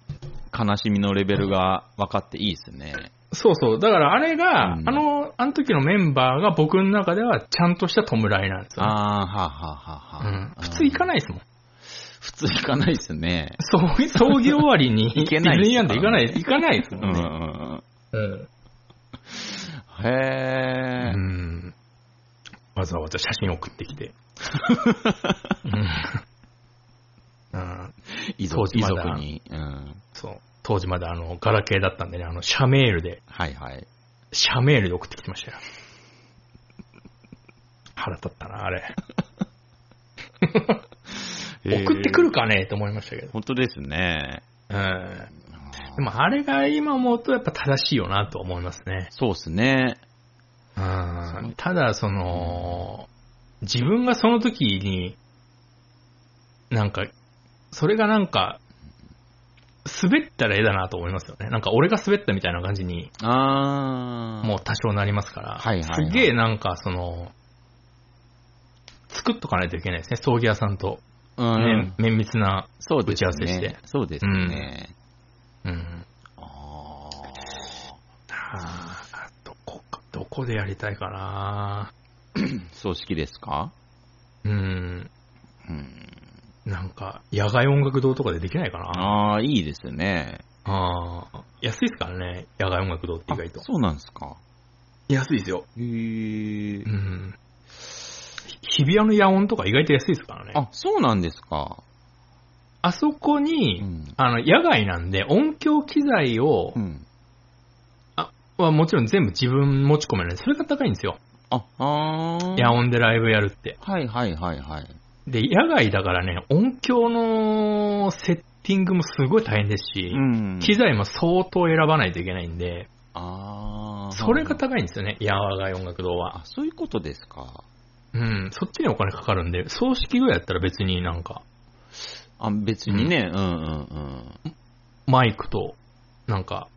悲しみのレベルが分かっていいっすね。 そうそう。だからあれが、うんあの、あの時のメンバーが僕の中ではちゃんとした弔いなんですよ、ね。あー、はあはあはあはあうん普通行かいないですもん。普通行かないっすね。そう葬儀終わりに行けないディズっすニーランド行かない、行かないですうもんんうんうね。ん。うん。へえ。うんわざわざ写真送ってき て。うんうん遺当族時遺まだ族に。うん。そう。当時まだあの、ガラケーだったんでね、あの、社メールで、はいはい。社メールで送ってきてましたよ。腹立ったな、あれ。送ってくるかねって思いましたけど。本当ですね。うん。でもあれが今思うとやっぱ正しいよなと思いますね。そうっすね。うんただ、その、自分がその時に、なんか、それがなんか、滑ったらえだなと思いますよね。なんか俺が滑ったみたいな感じに、あー。もう多少なりますから、はいはいはすいげえなんかその、作っとかないといけないですね、葬儀屋さんと、うねん。綿密な。そうですね。打ち合わせしてそうですね。うん。ああーどこか、どこでやりたいかなー葬式ですかうん。うん。なんか、野外音楽堂とかでできないかなああ、いいですね。ああー安いですからね、野外音楽堂って意外とあ。そうなんですか。安いですよ。へえう。ん。日比谷の野音とか意外と安いですからね。ああ、そうなんですか。そこに、うん。あの、野外なんで音響機材を、うん。はもちろん全部自分持ち込めない。それが高いんですよ。あ、あー野音でライブやるって。はいはいはいはい。で、野外だからね、音響のセッティングもすごい大変ですし、うん機材も相当選ばないといけないんで、ああ。それが高いんですよね、野外音楽堂はあ、。そういうことですか。うん、そっちにお金かかるんで、葬式ぐらいやったら別になんか、あ、別にね、うんうんマイクと、なんか、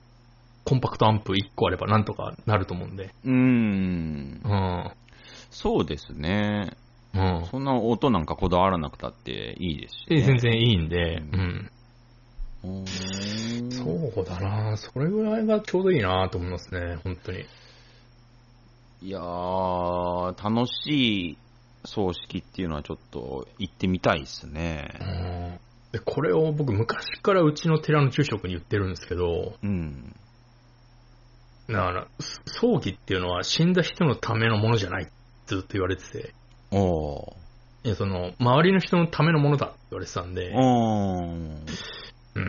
コンパクトアンプ1個あればなんとかなると思うんで。うん。うう。んん。そうですね。うん。そんな音なんかこだわらなくたっていいですし、えね。全然いいんで、ううん。うーん。そうだなそれぐらいがちょうどいいなと思いますね、本当に。いやー、楽しい葬式っていうのはちょっと行ってみたいですうね。んでこれを僕昔からうちの寺の住職に言ってるんですけど、うん。だから、葬儀っていうのは死んだ人のためのものじゃないってずっと言われてて、おー。いやその、周りの人のためのものだって言われてたんで、うおー。ー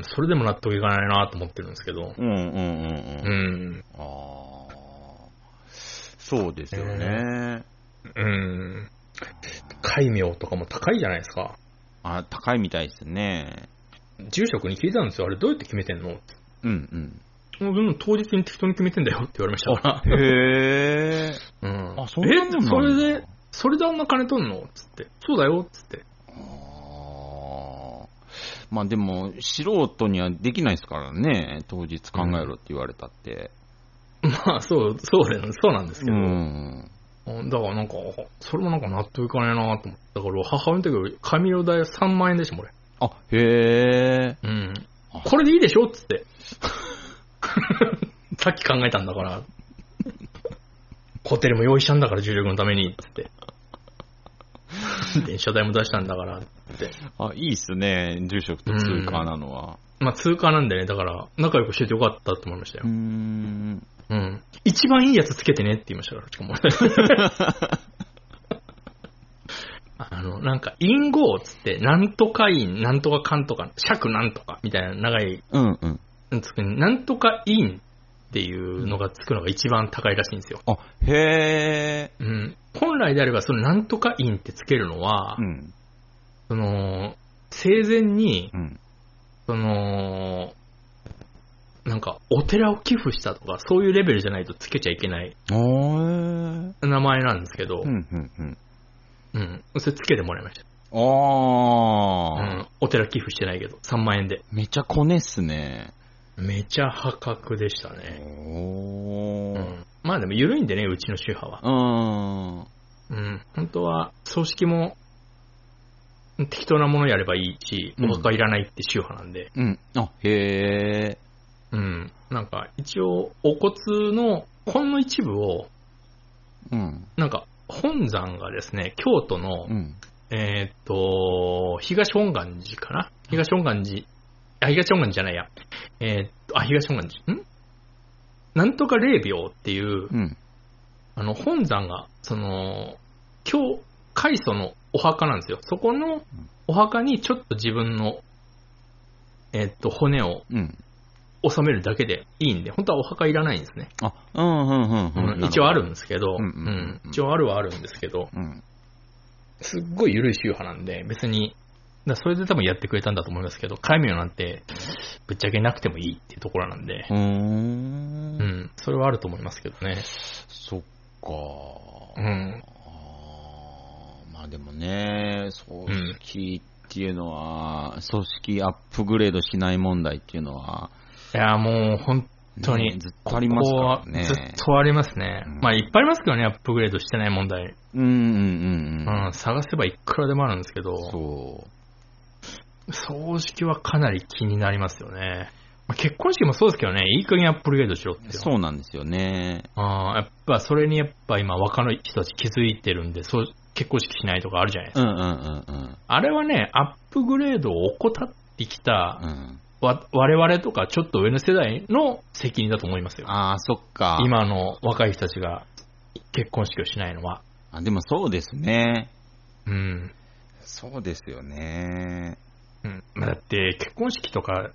ん、それでも納得いかないなと思ってるんですけど、うんうんうんううん。ん、あー。そうですよね。うん、戒名とかも高いじゃないですか。あ、高いみたいですね。住職に聞いたんですよ、あれどうやって決めてんのってうんうん。もうでも当日に適当に決めてんだよって言われましたから。へえ。うん、あ、そんなもんなえ、んだそれで、それであんな金取んのつって。そうだよつって。あーまあでも、素人にはできないですからね、当日考えろって言われたって。まあ、そう、そうだよ、そうなんですけうど。ん。うんだからなんか、それもなんか納得いかねえなと思って。だから母親の時より髪の代3万円でしたもん、俺。あ、へえ。うんあ。これでいいでしょつって。 さっき考えたんだから。ホテルも用意したんだから、重力のために。つ って。電車代も出したんだから。って。あ、いいっすね、住職と通貨なのは。まあ、通過なんでね、だから、仲良くしててよかったと思いましたようー。ん。うん。一番いいやつつけてねって言いましたから、しかも。あの、なんか、陰号っつって、なんとか陰、なんとかかんとか、尺なんとか、みたいな長い、うんうん。つくなんとか陰っていうのがつくのが一番高いらしいんですよ。あ、へえ。うん。本来であれば、そのなんとか陰ってつけるのは、うん。その、生前にう、ん。その、なんか、お寺を寄付したとか、そういうレベルじゃないとつけちゃいけないあーへー名前なんですけど、うんうんうん。うん。それつけてもらいました。うああ、ん。お寺寄付してないけど、3万円で。めちゃコネっすね。めちゃ破格でしたね。おうー。ん。まあでも緩いんでね、うちの宗派は。うん。うん。本当は、葬式も、適当なものやればいいし、うんお墓いらないって宗派なんで、うん。あ、へえ。うん。なんか、一応、お骨の、ほんの一部を、うん。なんか、本山がですね、京都の、うん。えーっと、東本願寺かな東本願寺。あ、東本願寺じゃないや。えーっと、あ、東本願寺。んなんとか霊廟っていう、うん。あの、本山が、その、今日、開祖のお墓なんですよ。そこのお墓にちょっと自分の、えーっと、骨をうん。収めるだけでいいんで、本当はお墓いらないんですね。あ、うん、うん、うん、うん。一応あるんなですけど、ううんうんうんうんん一応あるはあるんですけど、ほど。うん。すっごい緩い宗派なんで、別に、だそれで多分やってくれたんだと思いますけど、戒名なんて、ぶっちゃけなくてもいいっていうところなんでう、。うんん、それはあると思いますけどね。そっうか。ん。あーまあでもね、葬式っていうのは、組織アップグレードしない問題っていうのは、いや、もう、本当に、ねずっとありますからね。ここはずっとありますね。うんまあ、いっぱいありますけどね、アップグレードしてない問題。うんうんうんうん。うん、探せばいくらでもあるんですけど、そ葬式はかなり気になりますよね。まあ、結婚式もそうですけどね、いい加減アップグレードしろってう。。そうなんですよね。あやっぱそれにやっぱ今若い人たち気づいてるんで、そう結婚式しないとかあるじゃないですか。うんうんうんうんあれはね、アップグレードを怠ってきた、うん。わ我々とかちょっと上の世代の責任だと思いますよ。ああ、そっか。今の若い人たちが結婚式をしないのは。あ。でもそうですね。うん。そうですよね。うん、だって結婚式とか、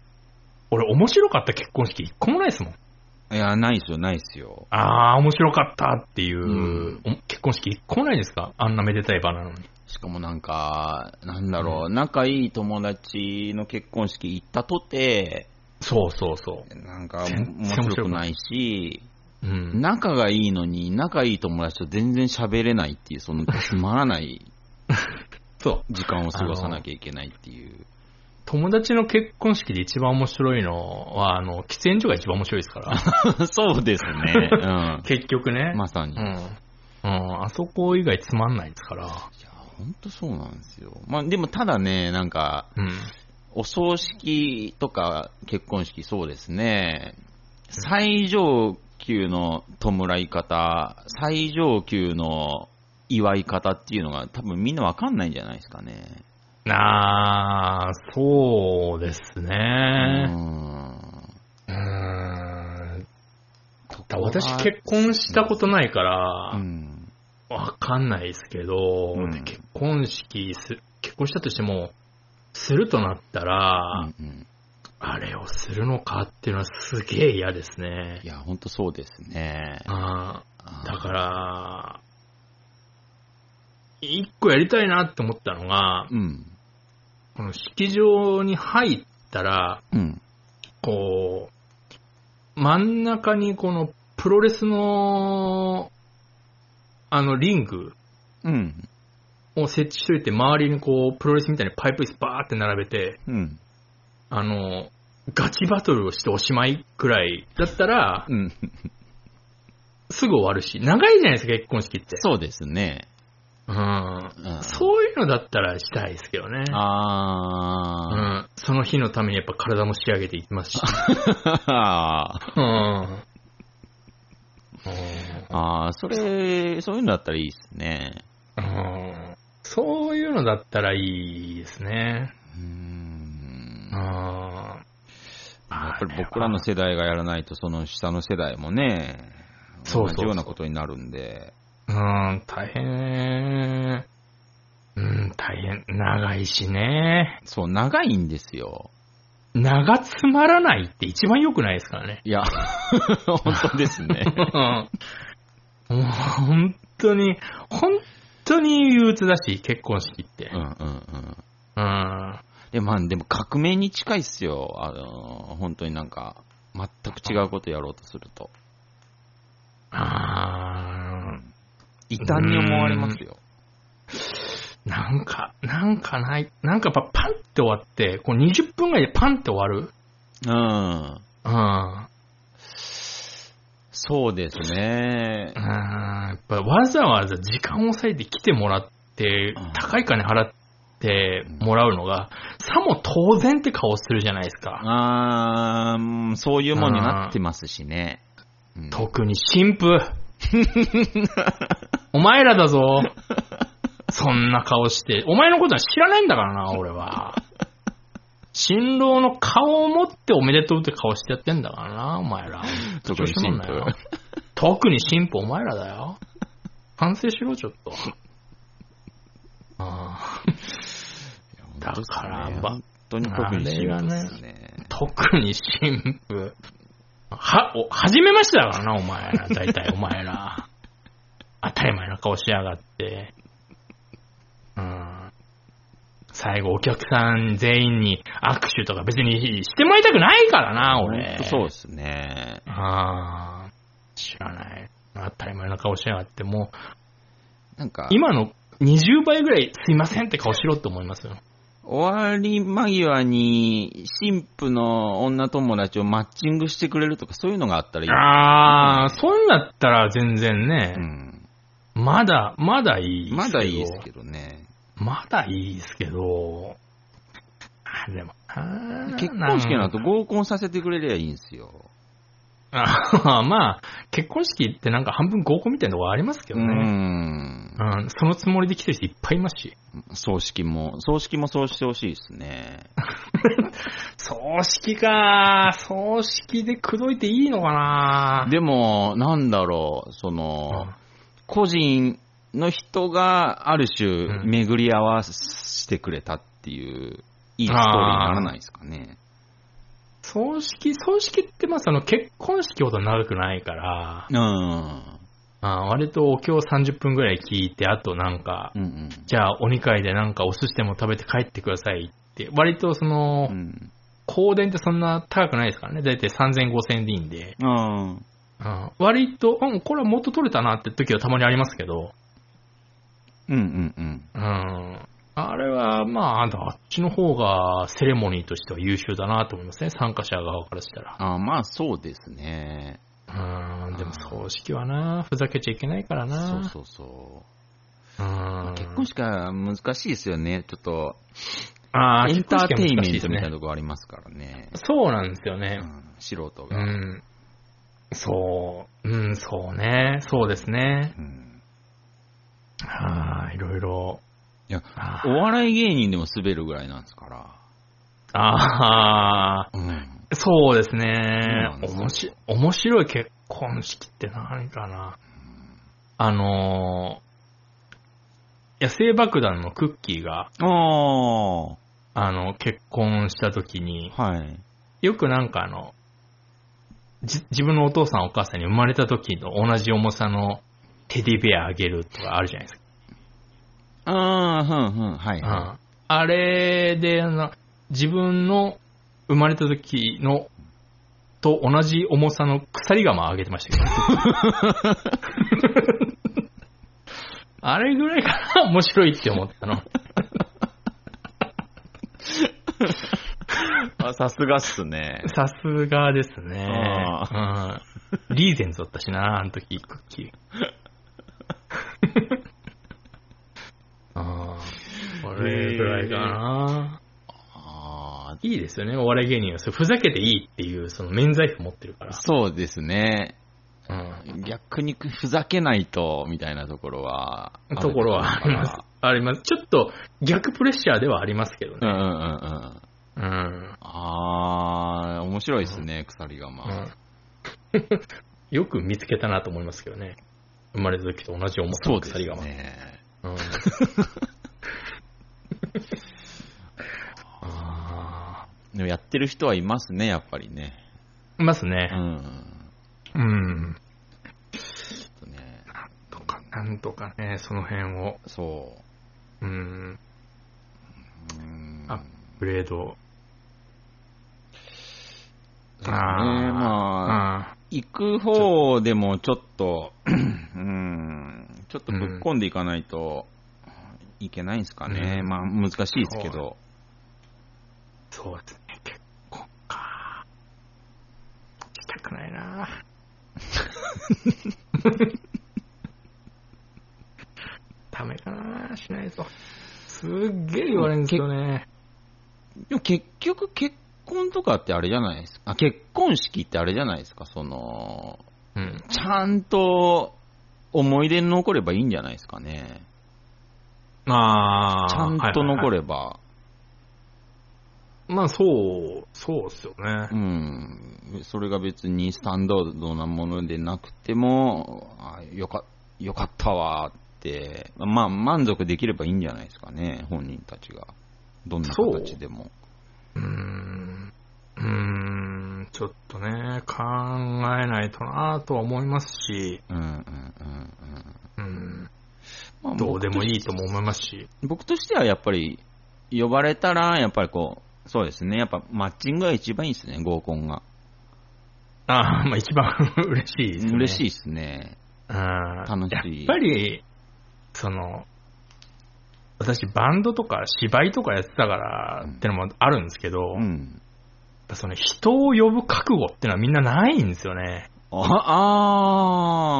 俺面白かった結婚式一個もないですもん。いや、ないっすよ、ないっすよ。ああ、面白かったっていう、うんお結婚式一個もないですかあんなめでたい場なのに。しかもなんか、なんだろう、仲いい友達の結婚式行ったとて、そうそうそなんか全然面白くないし、う。うん。仲がいいのに、仲いい友達と全然喋れないっていう、そのつまら ないそう。時間を過ごさなきゃいけないっていう。友達の結婚式で一番面白いのは、あの、喫煙所が一番面白いです から。 そうですね。 結局ねうん。。まさに。ういや、ん。うん、あそこ以外つまんないですから。ほんとそうなんですよ。まあ、でもただね、なんか、うん。お葬式とか結婚式、そうですね。最上級の弔い方、最上級の祝い方っていうのが多分みんなわかんないんじゃないですかね。あー、そうですね。うんうーん。だ私結婚したことないかうら、ん。わかんないですけど、うんで結婚式す、結婚したとしても、するとなったら、うんうんあれをするのかっていうのはすげえ嫌ですねい。や、ほんとそうですね。あーだだから、一個やりたいなって思ったのが、うん。この式場に入ったら、うん。こう、真ん中にこのプロレスの、あのリングうん。を設置しといて、周りにこう、プロレスみたいにパイプ椅子バーって並べて、うん。あの、ガチバトルをしておしまいくらいだったら、うん。すぐ終わるし、長いじゃないですか、結婚式って。そうですね。うん。うんそういうのだったらしたいですけどね。うあん。その日のためにやっぱ体も仕上げていきますし。 あ。うん。うんああ、それ、そういうのだったらいいですね。うんそういうのだったらいいですね。うーんうん。。ややっぱり僕らの世代がやらないと、その下の世代もね、そうそう同そうじようなことになるんで。うん、大変。うん、大変。長いしね。そう、長いんですよ。長つまらないって一番良くないですからね。 いや、 本当ですね。うんもう本当に、本当に憂鬱だし、結婚式ってうん。うんうん。うん。で、まあ、でも革命に近いっすよ。あの、本当になんか、全く違うことやろうとすると。あ異端に思われますよ。ーなんか、なんかない、なんかやっぱパンって終わって、こう20分ぐらいでパンって終わる。うん。うん。うんそうですね。やっぱわざわざ時間を割いて来てもらってうん、高い金払ってもらうのが、さも当然って顔するじゃないですか。あーうんそういうもんになってますしね。うん特に新 婦。お前らだぞ。そんな顔して。お前のことは知らないんだからな、俺 は。新郎の顔を持っておめでとうって顔してやってんだからな、お前ら。特に新婦調子乗んな よ。特に新婦お前らだよ。反省しろ、ちょっと。ああだからば本当に特に新婦ですね。特に新婦。は、お、初めましてだからな、お前ら。大体お前ら。当たり前の顔しやがって。うん。最後お客さん全員に握手とか別にしてもらいたくないからな、俺。本当そうですね。ああ、知らない。当たり前の顔しやがって、もう、なんか、今の20倍ぐらいすいませんって顔しろって思いますよ。終わり間際に、神父の女友達をマッチングしてくれるとか、そういうのがあったらいい。ああ、そんなったら全然ねう、ん。まだ、まだいいですけど。まだいいですけどね。まだいいですけど、あでもな結婚式のと後合コンさせてくれりゃいいんですよ。あ まあ、結婚式ってなんか半分合コンみたいなとこありますけうどね。んう。ん、そのつもりで来てる人いっぱいいますし。葬式も、葬式もそうしてほしいですね。葬式か葬式で口説いていいのかなでも、なんだろう、そうんの、個人の人がある種うん巡り合わせてくれたっていう、いいストーリーにならないですかね。葬式、葬式ってまあその結婚式ほど長くないから、うん。あ割とお経を30分ぐらい聞いて、あとなんかう、んじゃあお二会でなんかお寿司でも食べて帰ってくださいって、割とそのう、ん。香典ってそんな高くないですからね。だいたい3000、5000円でいいんで。うん。うん。うん、割と、うん、これは元取れたなって時はたまにありますけど、うんうんうん。うん。あれは、まあ、あっちの方がセレモニーとしては優秀だなと思いますね。参加者側からしたら。あまあそうですね。うん、でも葬式はな、ふざけちゃいけないからそな。うそうそう。うん。結婚式は難しいですよね。ちょっと、ああ、エン結タ婚式はーテイン難メしいでンすトみたいなね。とこありますからね。そうなんですよねう。ん、素人うが。ん。そう。うん、そうね。そうですね。うんはい、いろいろ。いやあお笑い芸人でも滑るぐらいなんですから。ーあうん。ー、そうですそうなねん。ですよ面白面白い結婚式って何かな。あのー野生爆弾のクッキーが、ああ、はあの、結婚した時に、い。よくなんかあの、じ自分のお父さんお母さんに生まれた時と同じ重さのテディベアあげるとかあるじゃないですああ、ふんふん、はい。か。うんあれであの、自分の生まれた時の、と同じ重さの鎖釜あげてましたけど。 あれぐらいから面白いって思ったの。あさすがっすね。さすがですね。うん。リーゼンズだったしな、あの時、クッキー。 ああ、これぐらいかな。あいいですよね、お笑い芸人は。それふざけていいっていう、その免罪符持ってるかあ、ら。そうですね。うん。逆にふざけないと、みたいなところは。ところはあります。あります。ちょっと逆プレッシャーではありますけどうんうんね。うんうん。うん。ああ、面白いですね、鎖釜。うん よく見つけたなと思いますけどね。生まれた時と同じ重さそのうです鎖が。ね。うん。あでもやってる人はいますね、やっぱりね。ーいますうね。ん。うん。ちょっとね、とか、なんとかね、その辺を、そうう。ん、うんあグレード。そうですね、あーまあ、あ行く方でもちょっと、うん、ちょっとぶっ込んでいかないといけないんですかね。うんまあ難しいですけど。そうですね。結婚か。したくないな。ダメかな、しないぞ。すっげえ言われるんですよね。でも結局結婚とかってあれじゃないですか。あ結婚式ってあれじゃないですか。その、うん。ちゃんと思い出に残ればいいんじゃないですかね。ああ。ちゃはんといはいは残いれば。まあ、そう、そうっすよね。うん。それが別にスタンダードなものでなくても、あよか、よかったわーって、まあ満足できればいいんじゃないですかね、本人たちが。どんな形でも。うーん。うーん、ちょっとね、考えないとなぁとは思いますし、うんうんうんうん。うん、まあどうでも僕いいとも思いますし、僕としてはやっぱり、呼ばれたら、やっぱりこう、そうですね、やっぱマッチングが一番いいですね、合コンが。ああ、まあ一番嬉しいですね。嬉しいい。ですね。楽楽しいやっぱり、その、私バンドとか芝居とかやってたからってのもあるんですけど、うやっん。ぱその人を呼ぶ覚悟ってのはみんなないんですよね。あ、あー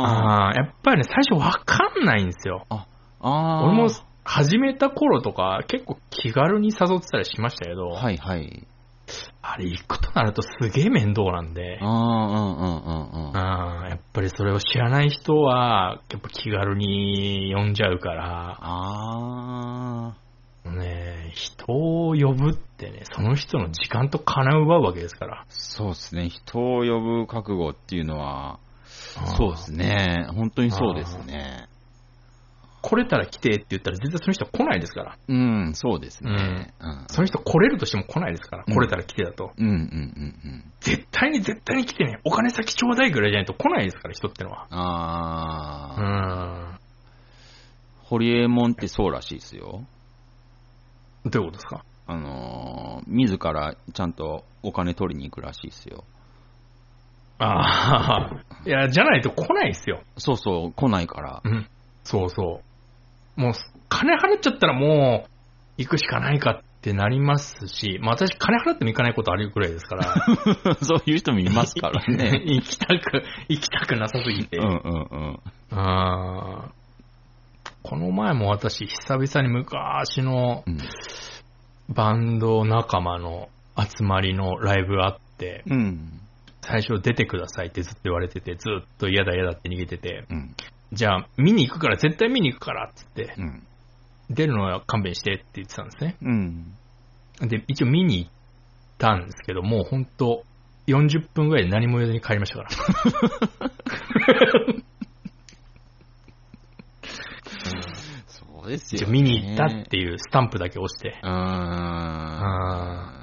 ああ、やっぱりね、最初わかんないんですよ。あー。俺も始めた頃とか結構気軽に誘ってたりしましたけど、はいはい。あれ行くとなるとすげえ面倒なんで、ああ、うんうんうんうん。あーやっぱりそれを知らない人は、やっぱ気軽に呼んじゃうから、あね、人を呼ぶってね、その人の時間と金を奪うわけですからー。そうですね。人を呼ぶ覚悟っていうのは、そうですね。ね。本当にそうですね。来れたら来てって言ったら絶対その人は来ないですから。うん、そうですね。うん。その人来れるとしても来ないですから。うん来れたら来てだと。うんうんうんうん。絶対に絶対に来てね、お金先ちょうだいぐらいじゃないと来ないですから、人ってのは。あうあ、ん。ホリエモンってそうらしいですよ。どういうことですかあのー自らちゃんとお金取りに行くらしいですよ。ああ、 いや、じゃないと来ないですよ。そうそう、来ないから。うん。そうそう。もう、金払っちゃったらもう、行くしかないかってなりますし、まあ私、金払っても行かないことあるぐらいですから、 そういう人もいますから ね。行きたく、行きたくなさすぎて。うんうんうん。あーこの前も私、久々に昔のうんバンド仲間の集まりのライブあって、うん。最初出てくださいってずっと言われてて、ずっと嫌だ嫌だって逃げてて、うん。じゃあ見に行くから、絶対見に行くからって言って、うん。出るのは勘弁してって言ってたんですね。うん。で、一応見に行ったんですけど、もう本当40分ぐらいで何も言わずに帰りましたから。そうです一よ、応見ね。に行ったっていうスタンプだけ押して。うーん。あ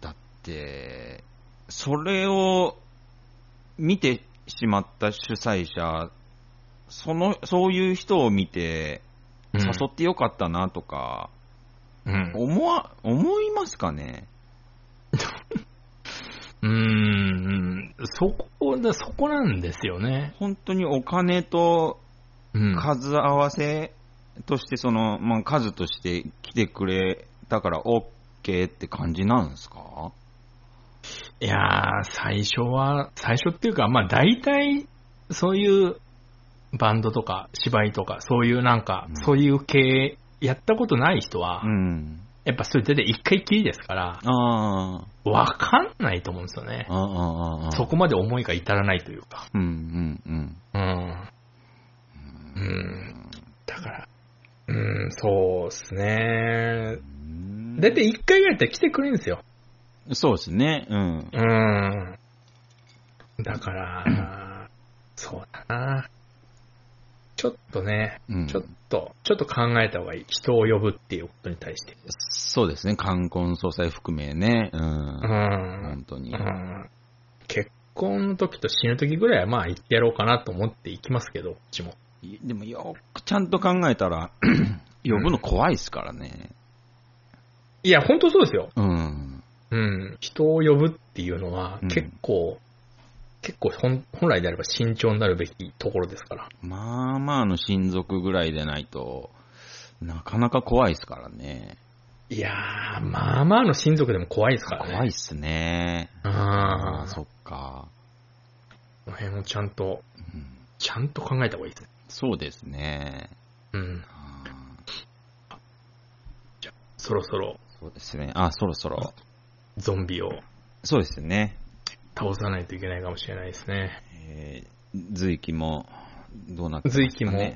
だって、それを見てしまった主催者、その、そういう人を見て、うん誘ってよかったなとか、うん思わ、思いますかねうーん、そこだ、そこなんですよね。本当にお金とうん。数合わせとして、その、まあ、数として来てくれたから OK って感じなんですかいやー、最初は、最初っていうか、まあ大体、そういうバンドとか芝居とか、そういうなんか、うんそういう系、やったことない人は、うん。やっぱそれ出て一回きりですから、あわかんないと思うんですよねあ、あ。あ、ああ。そこまで思いが至らないというか。うんうんうん。うん。うん。だから、うん、そうですね。だいたい一回ぐらいだったら来てくれるんですよ。そうですね。うん。うん。だから、そうだな。ちょっとね、うん、ちょっと、ちょっと考えた方がいい。人を呼ぶっていうことに対して。そうですね。冠婚葬祭含めね。うん。うん。本当に。うん、結婚の時と死ぬ時ぐらいはまあ行ってやろうかなと思って行きますけど、こっちも。いでもよくちゃんと考えた ら、呼ぶの怖いですからね。いや、本当そうですよ。うん。うん。人を呼ぶっていうのはうん結構、結構本本来であれば慎重になるべきところですから。まあまあの親族ぐらいでないと、なかなか怖いですからね。いやー、まあまあの親族でも怖いですからね。怖いっすね。ああ、そっか。この辺をちゃんと、うんちゃんと考えた方がいいですね。そうですね。うん。あーそろそろそうですね。あ、そろそろ。ゾンビをそうですね。倒さないといけないかもしれないですね。えー、随記も、どうなってますか、随ね、記も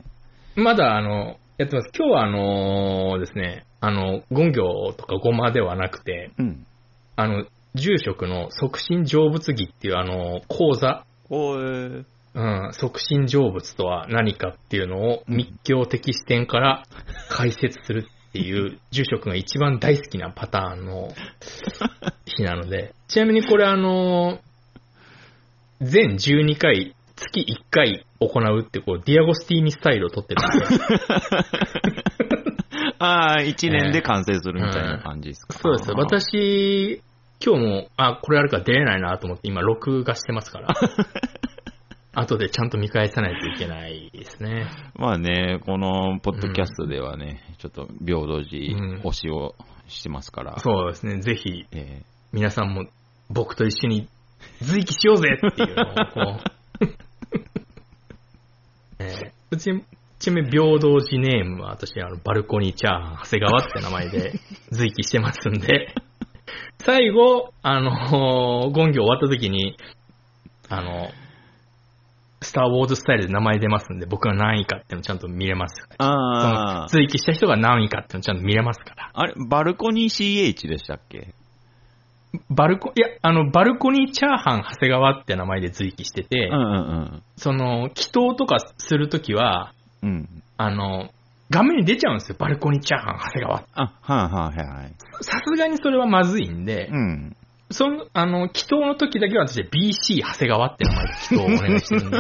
まだあの、やってます。今日はあのーですね、あの、ゴンギョとかゴマではなくて、うん。あの、住職の促進成仏儀っていうあの、講座、おーうん、促進成仏とは何かっていうのをうん密教的視点から解説するっていう、住職が一番大好きなパターンの日なので、ちなみにこれあの、全12回、月1回行うって、こう、ディアゴスティーニスタイルを取ってるんですよ。ああ、一年で完成するみたいな感じですか。そうです。私、 今日も、あ、これあるから出れないなと思って今録画してますから。後でちゃんと見返さないといけないですね。まあね、このポッドキャストではね、ちょっと平等寺推しをしてますから。そうですね。ぜひ、え皆さんも僕と一緒に随記しようぜっていうのをこ う、えーうち、ちなみに平等寺ネームは私、あの、バルコニーチャーハン長谷川って名前で随記してますんで、最後、あのー、ゴンギ終わった時に、あの、スターウォーズスタイルで名前出ますんで、僕が何位かっていうのちゃんと見れます。ーそのああ、追記した人が何位かっていうのちゃんと見れますから。あれ、バルコニー CH でしたっけバルコ、いや、あの、バルコニーチャーハン長谷川って名前で追記してて、うんうんその、祈祷とかするときは、うん。うん。あの、画面に出ちゃうんですよ、バルコニーチャーハン長谷川。あ、はいはいはいはい。さすがにそれはまずいんで、うん。その、あの、祈祷の時だけは私は BC 長谷川って名前で祈祷をお願いしてるん で、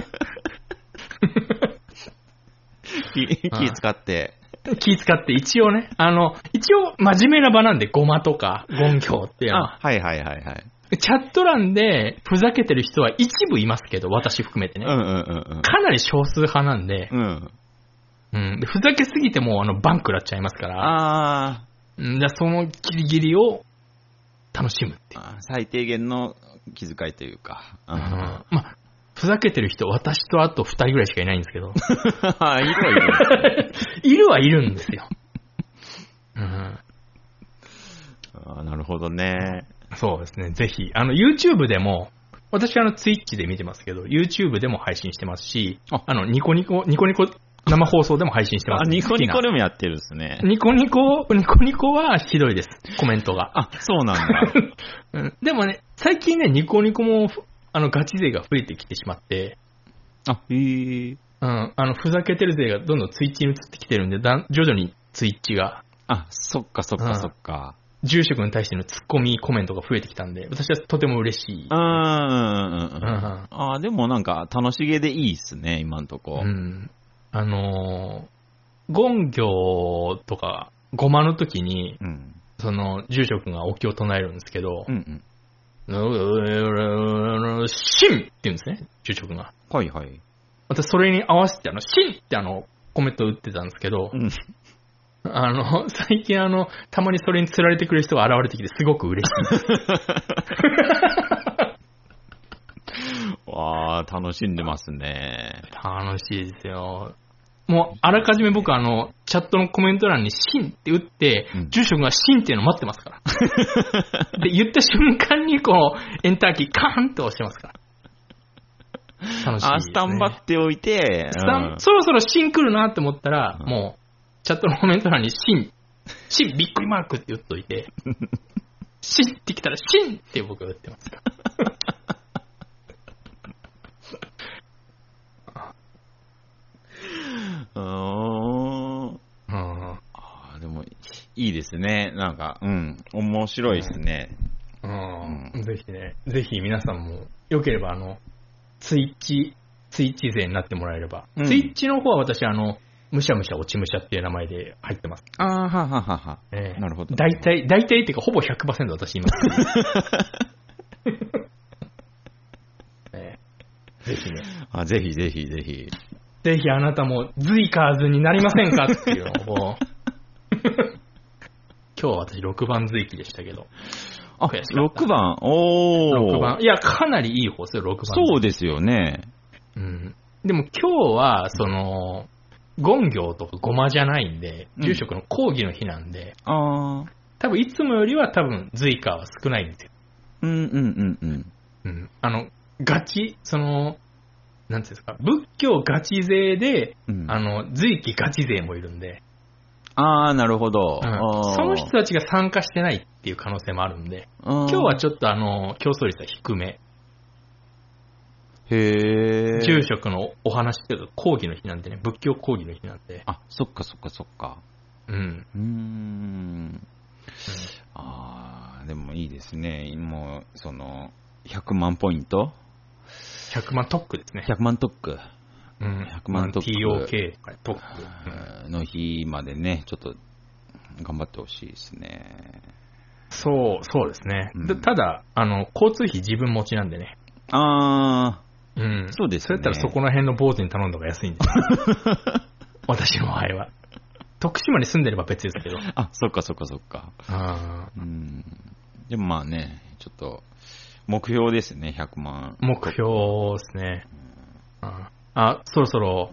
気気使って。気使って一応ね、あの、一応真面目な場なんで、ゴマとか、ゴンギョウっていうのはあ、はいはいはいはい。チャット欄でふざけてる人は一部いますけど、私含めてうんね。うんうんかなり少数派なんで、うん。うん。うん。でふざけすぎてもうあの、バン食らっちゃいますから、あうん。じゃそのギリギリを楽しむってーいう。あー、最低限の気遣いというか。ううんん。まあ、ふざけてる人、私とあと二人ぐらいしかいないんです けど、あーいいといいですね。いるはいるんですよ。うん。 あーなるほどね。そうですね。ぜひ、あの、YouTube でも、私あの、Twitch で見てますけど、YouTube でも配信してますし、ああの、ニコニコ、ニコニコ生放送でも配信してまあ、す。ニコニ好コきなでもやってるんですね。ニコニコ、ニコニコはひどいです。コメントが。あ、そうなんだ。うんでもね、最近ね、ニコニコも、ふあの、ガチ勢が増えてきてしまって、あ、へえ。うん、あの、ふざけてる勢がどんどんツイッチに移ってきてるんで、だん徐々にツイッチが、あ、そっかそっうんかそっか。住職に対してのツッコミコメントが増えてきたんで、私はとても嬉しい。うんうんうんうんう。ん、あーでもなんか楽しげでいいっすね、今んとこ。うん。あのー、ゴンギョとか、ゴマの時に、うん。その、住職がお経を唱えるんですけどう、んうん。シンって言うんですね、住職が。はいはい。私それに合わせて、あの、シンってあの、コメントを打ってたんですけどう、ん。あの、 最近あの、たまにそれに釣られてくる人が現れてきて、すごく嬉しい。わあ、楽しんでますね。楽しいですよ。もう、あらかじめ僕あの、チャットのコメント欄にシンって打って、うん住職がシンっていうのを待ってます から。で、言った瞬間にこう、エンターキーカーンって押してますから。楽しいです、ね。あ、スタンバっておいて、スタンうんそろそろシン来るなって思ったら、うんもう、チャットのコメント欄にシン、シンびっくりマークって打っとい て、シンって来たらシンって僕は打ってますから。うーん。うんあーでも、いいですね。なんか、うん。面白いですね。う、うんぜひね、ぜひ皆さんも、よければ、あの、ツイッチ、ツイッチ勢になってもらえれば。うんツイッチの方は私、あの、むしゃむしゃ落ちむしゃっていう名前で入ってます。ああ、はははは。ええなるほど大体、大体っていうか、ほぼ100%私い ます。ええぜひね。あ、ぜひぜひぜひ。ぜひあなたもズイカーズになりませんかっていうのを こう。今日私6番ズイキでしたけど。あ、悔しかった6番。おー。 6番。いや、かなりいい方ですよ、6番。そうですよね。うんでも今日は、その、ゴンギョウとかゴマじゃないんで、うん住職の講義の日なんで、ああ。多分いつもよりは多分ズイカーは少ないんですよ。うんうんうんうん。うん。あの、ガチ、その、なんていうんですか、仏教ガチ勢で、うん、あの、随記ガチ勢もいるんで、あー、なるほど。うんあーその人たちが参加してないっていう可能性もあるんで、今今日はちょっとあの、競争率は低め。へえ。住職のお話っていうか、講義の日なんでね、仏教講義の日なんで、あ、そっかそっかそっか。うん。うーん。ああ、でもいいですね。もう、その、100万ポイント100万トックですね。 ?100 万トックうん、 100万トップ TOK とかトップ。の日までね、ちょっと、頑張ってほしいですね。そう、そうですね。うんでただ、あの、交通費自分持ちなんでね。あうん。そうですねそれやったらそこら辺の坊主に頼んだ方が安いんです 私の場合は。徳島に住んでれば別ですけど。あ、そっかそっかそっか。あうん。でもまあね、ちょっと、目標ですね、100万。目標ですね。ああ、そろそろ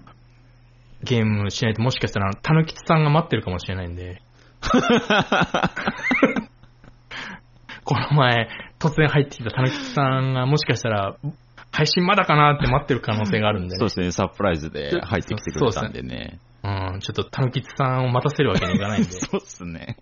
ゲームしないともしかしたら、たぬきつさんが待ってるかもしれないんで。この前、突然入ってきたたぬきつさんがもしかしたら、配信まだかなって待ってる可能性があるんでそね。うですね、サプライズで入ってきてくれたんでね。うん、ちょっとたぬきつさんを待たせるわけにいかないんで。 そうですね。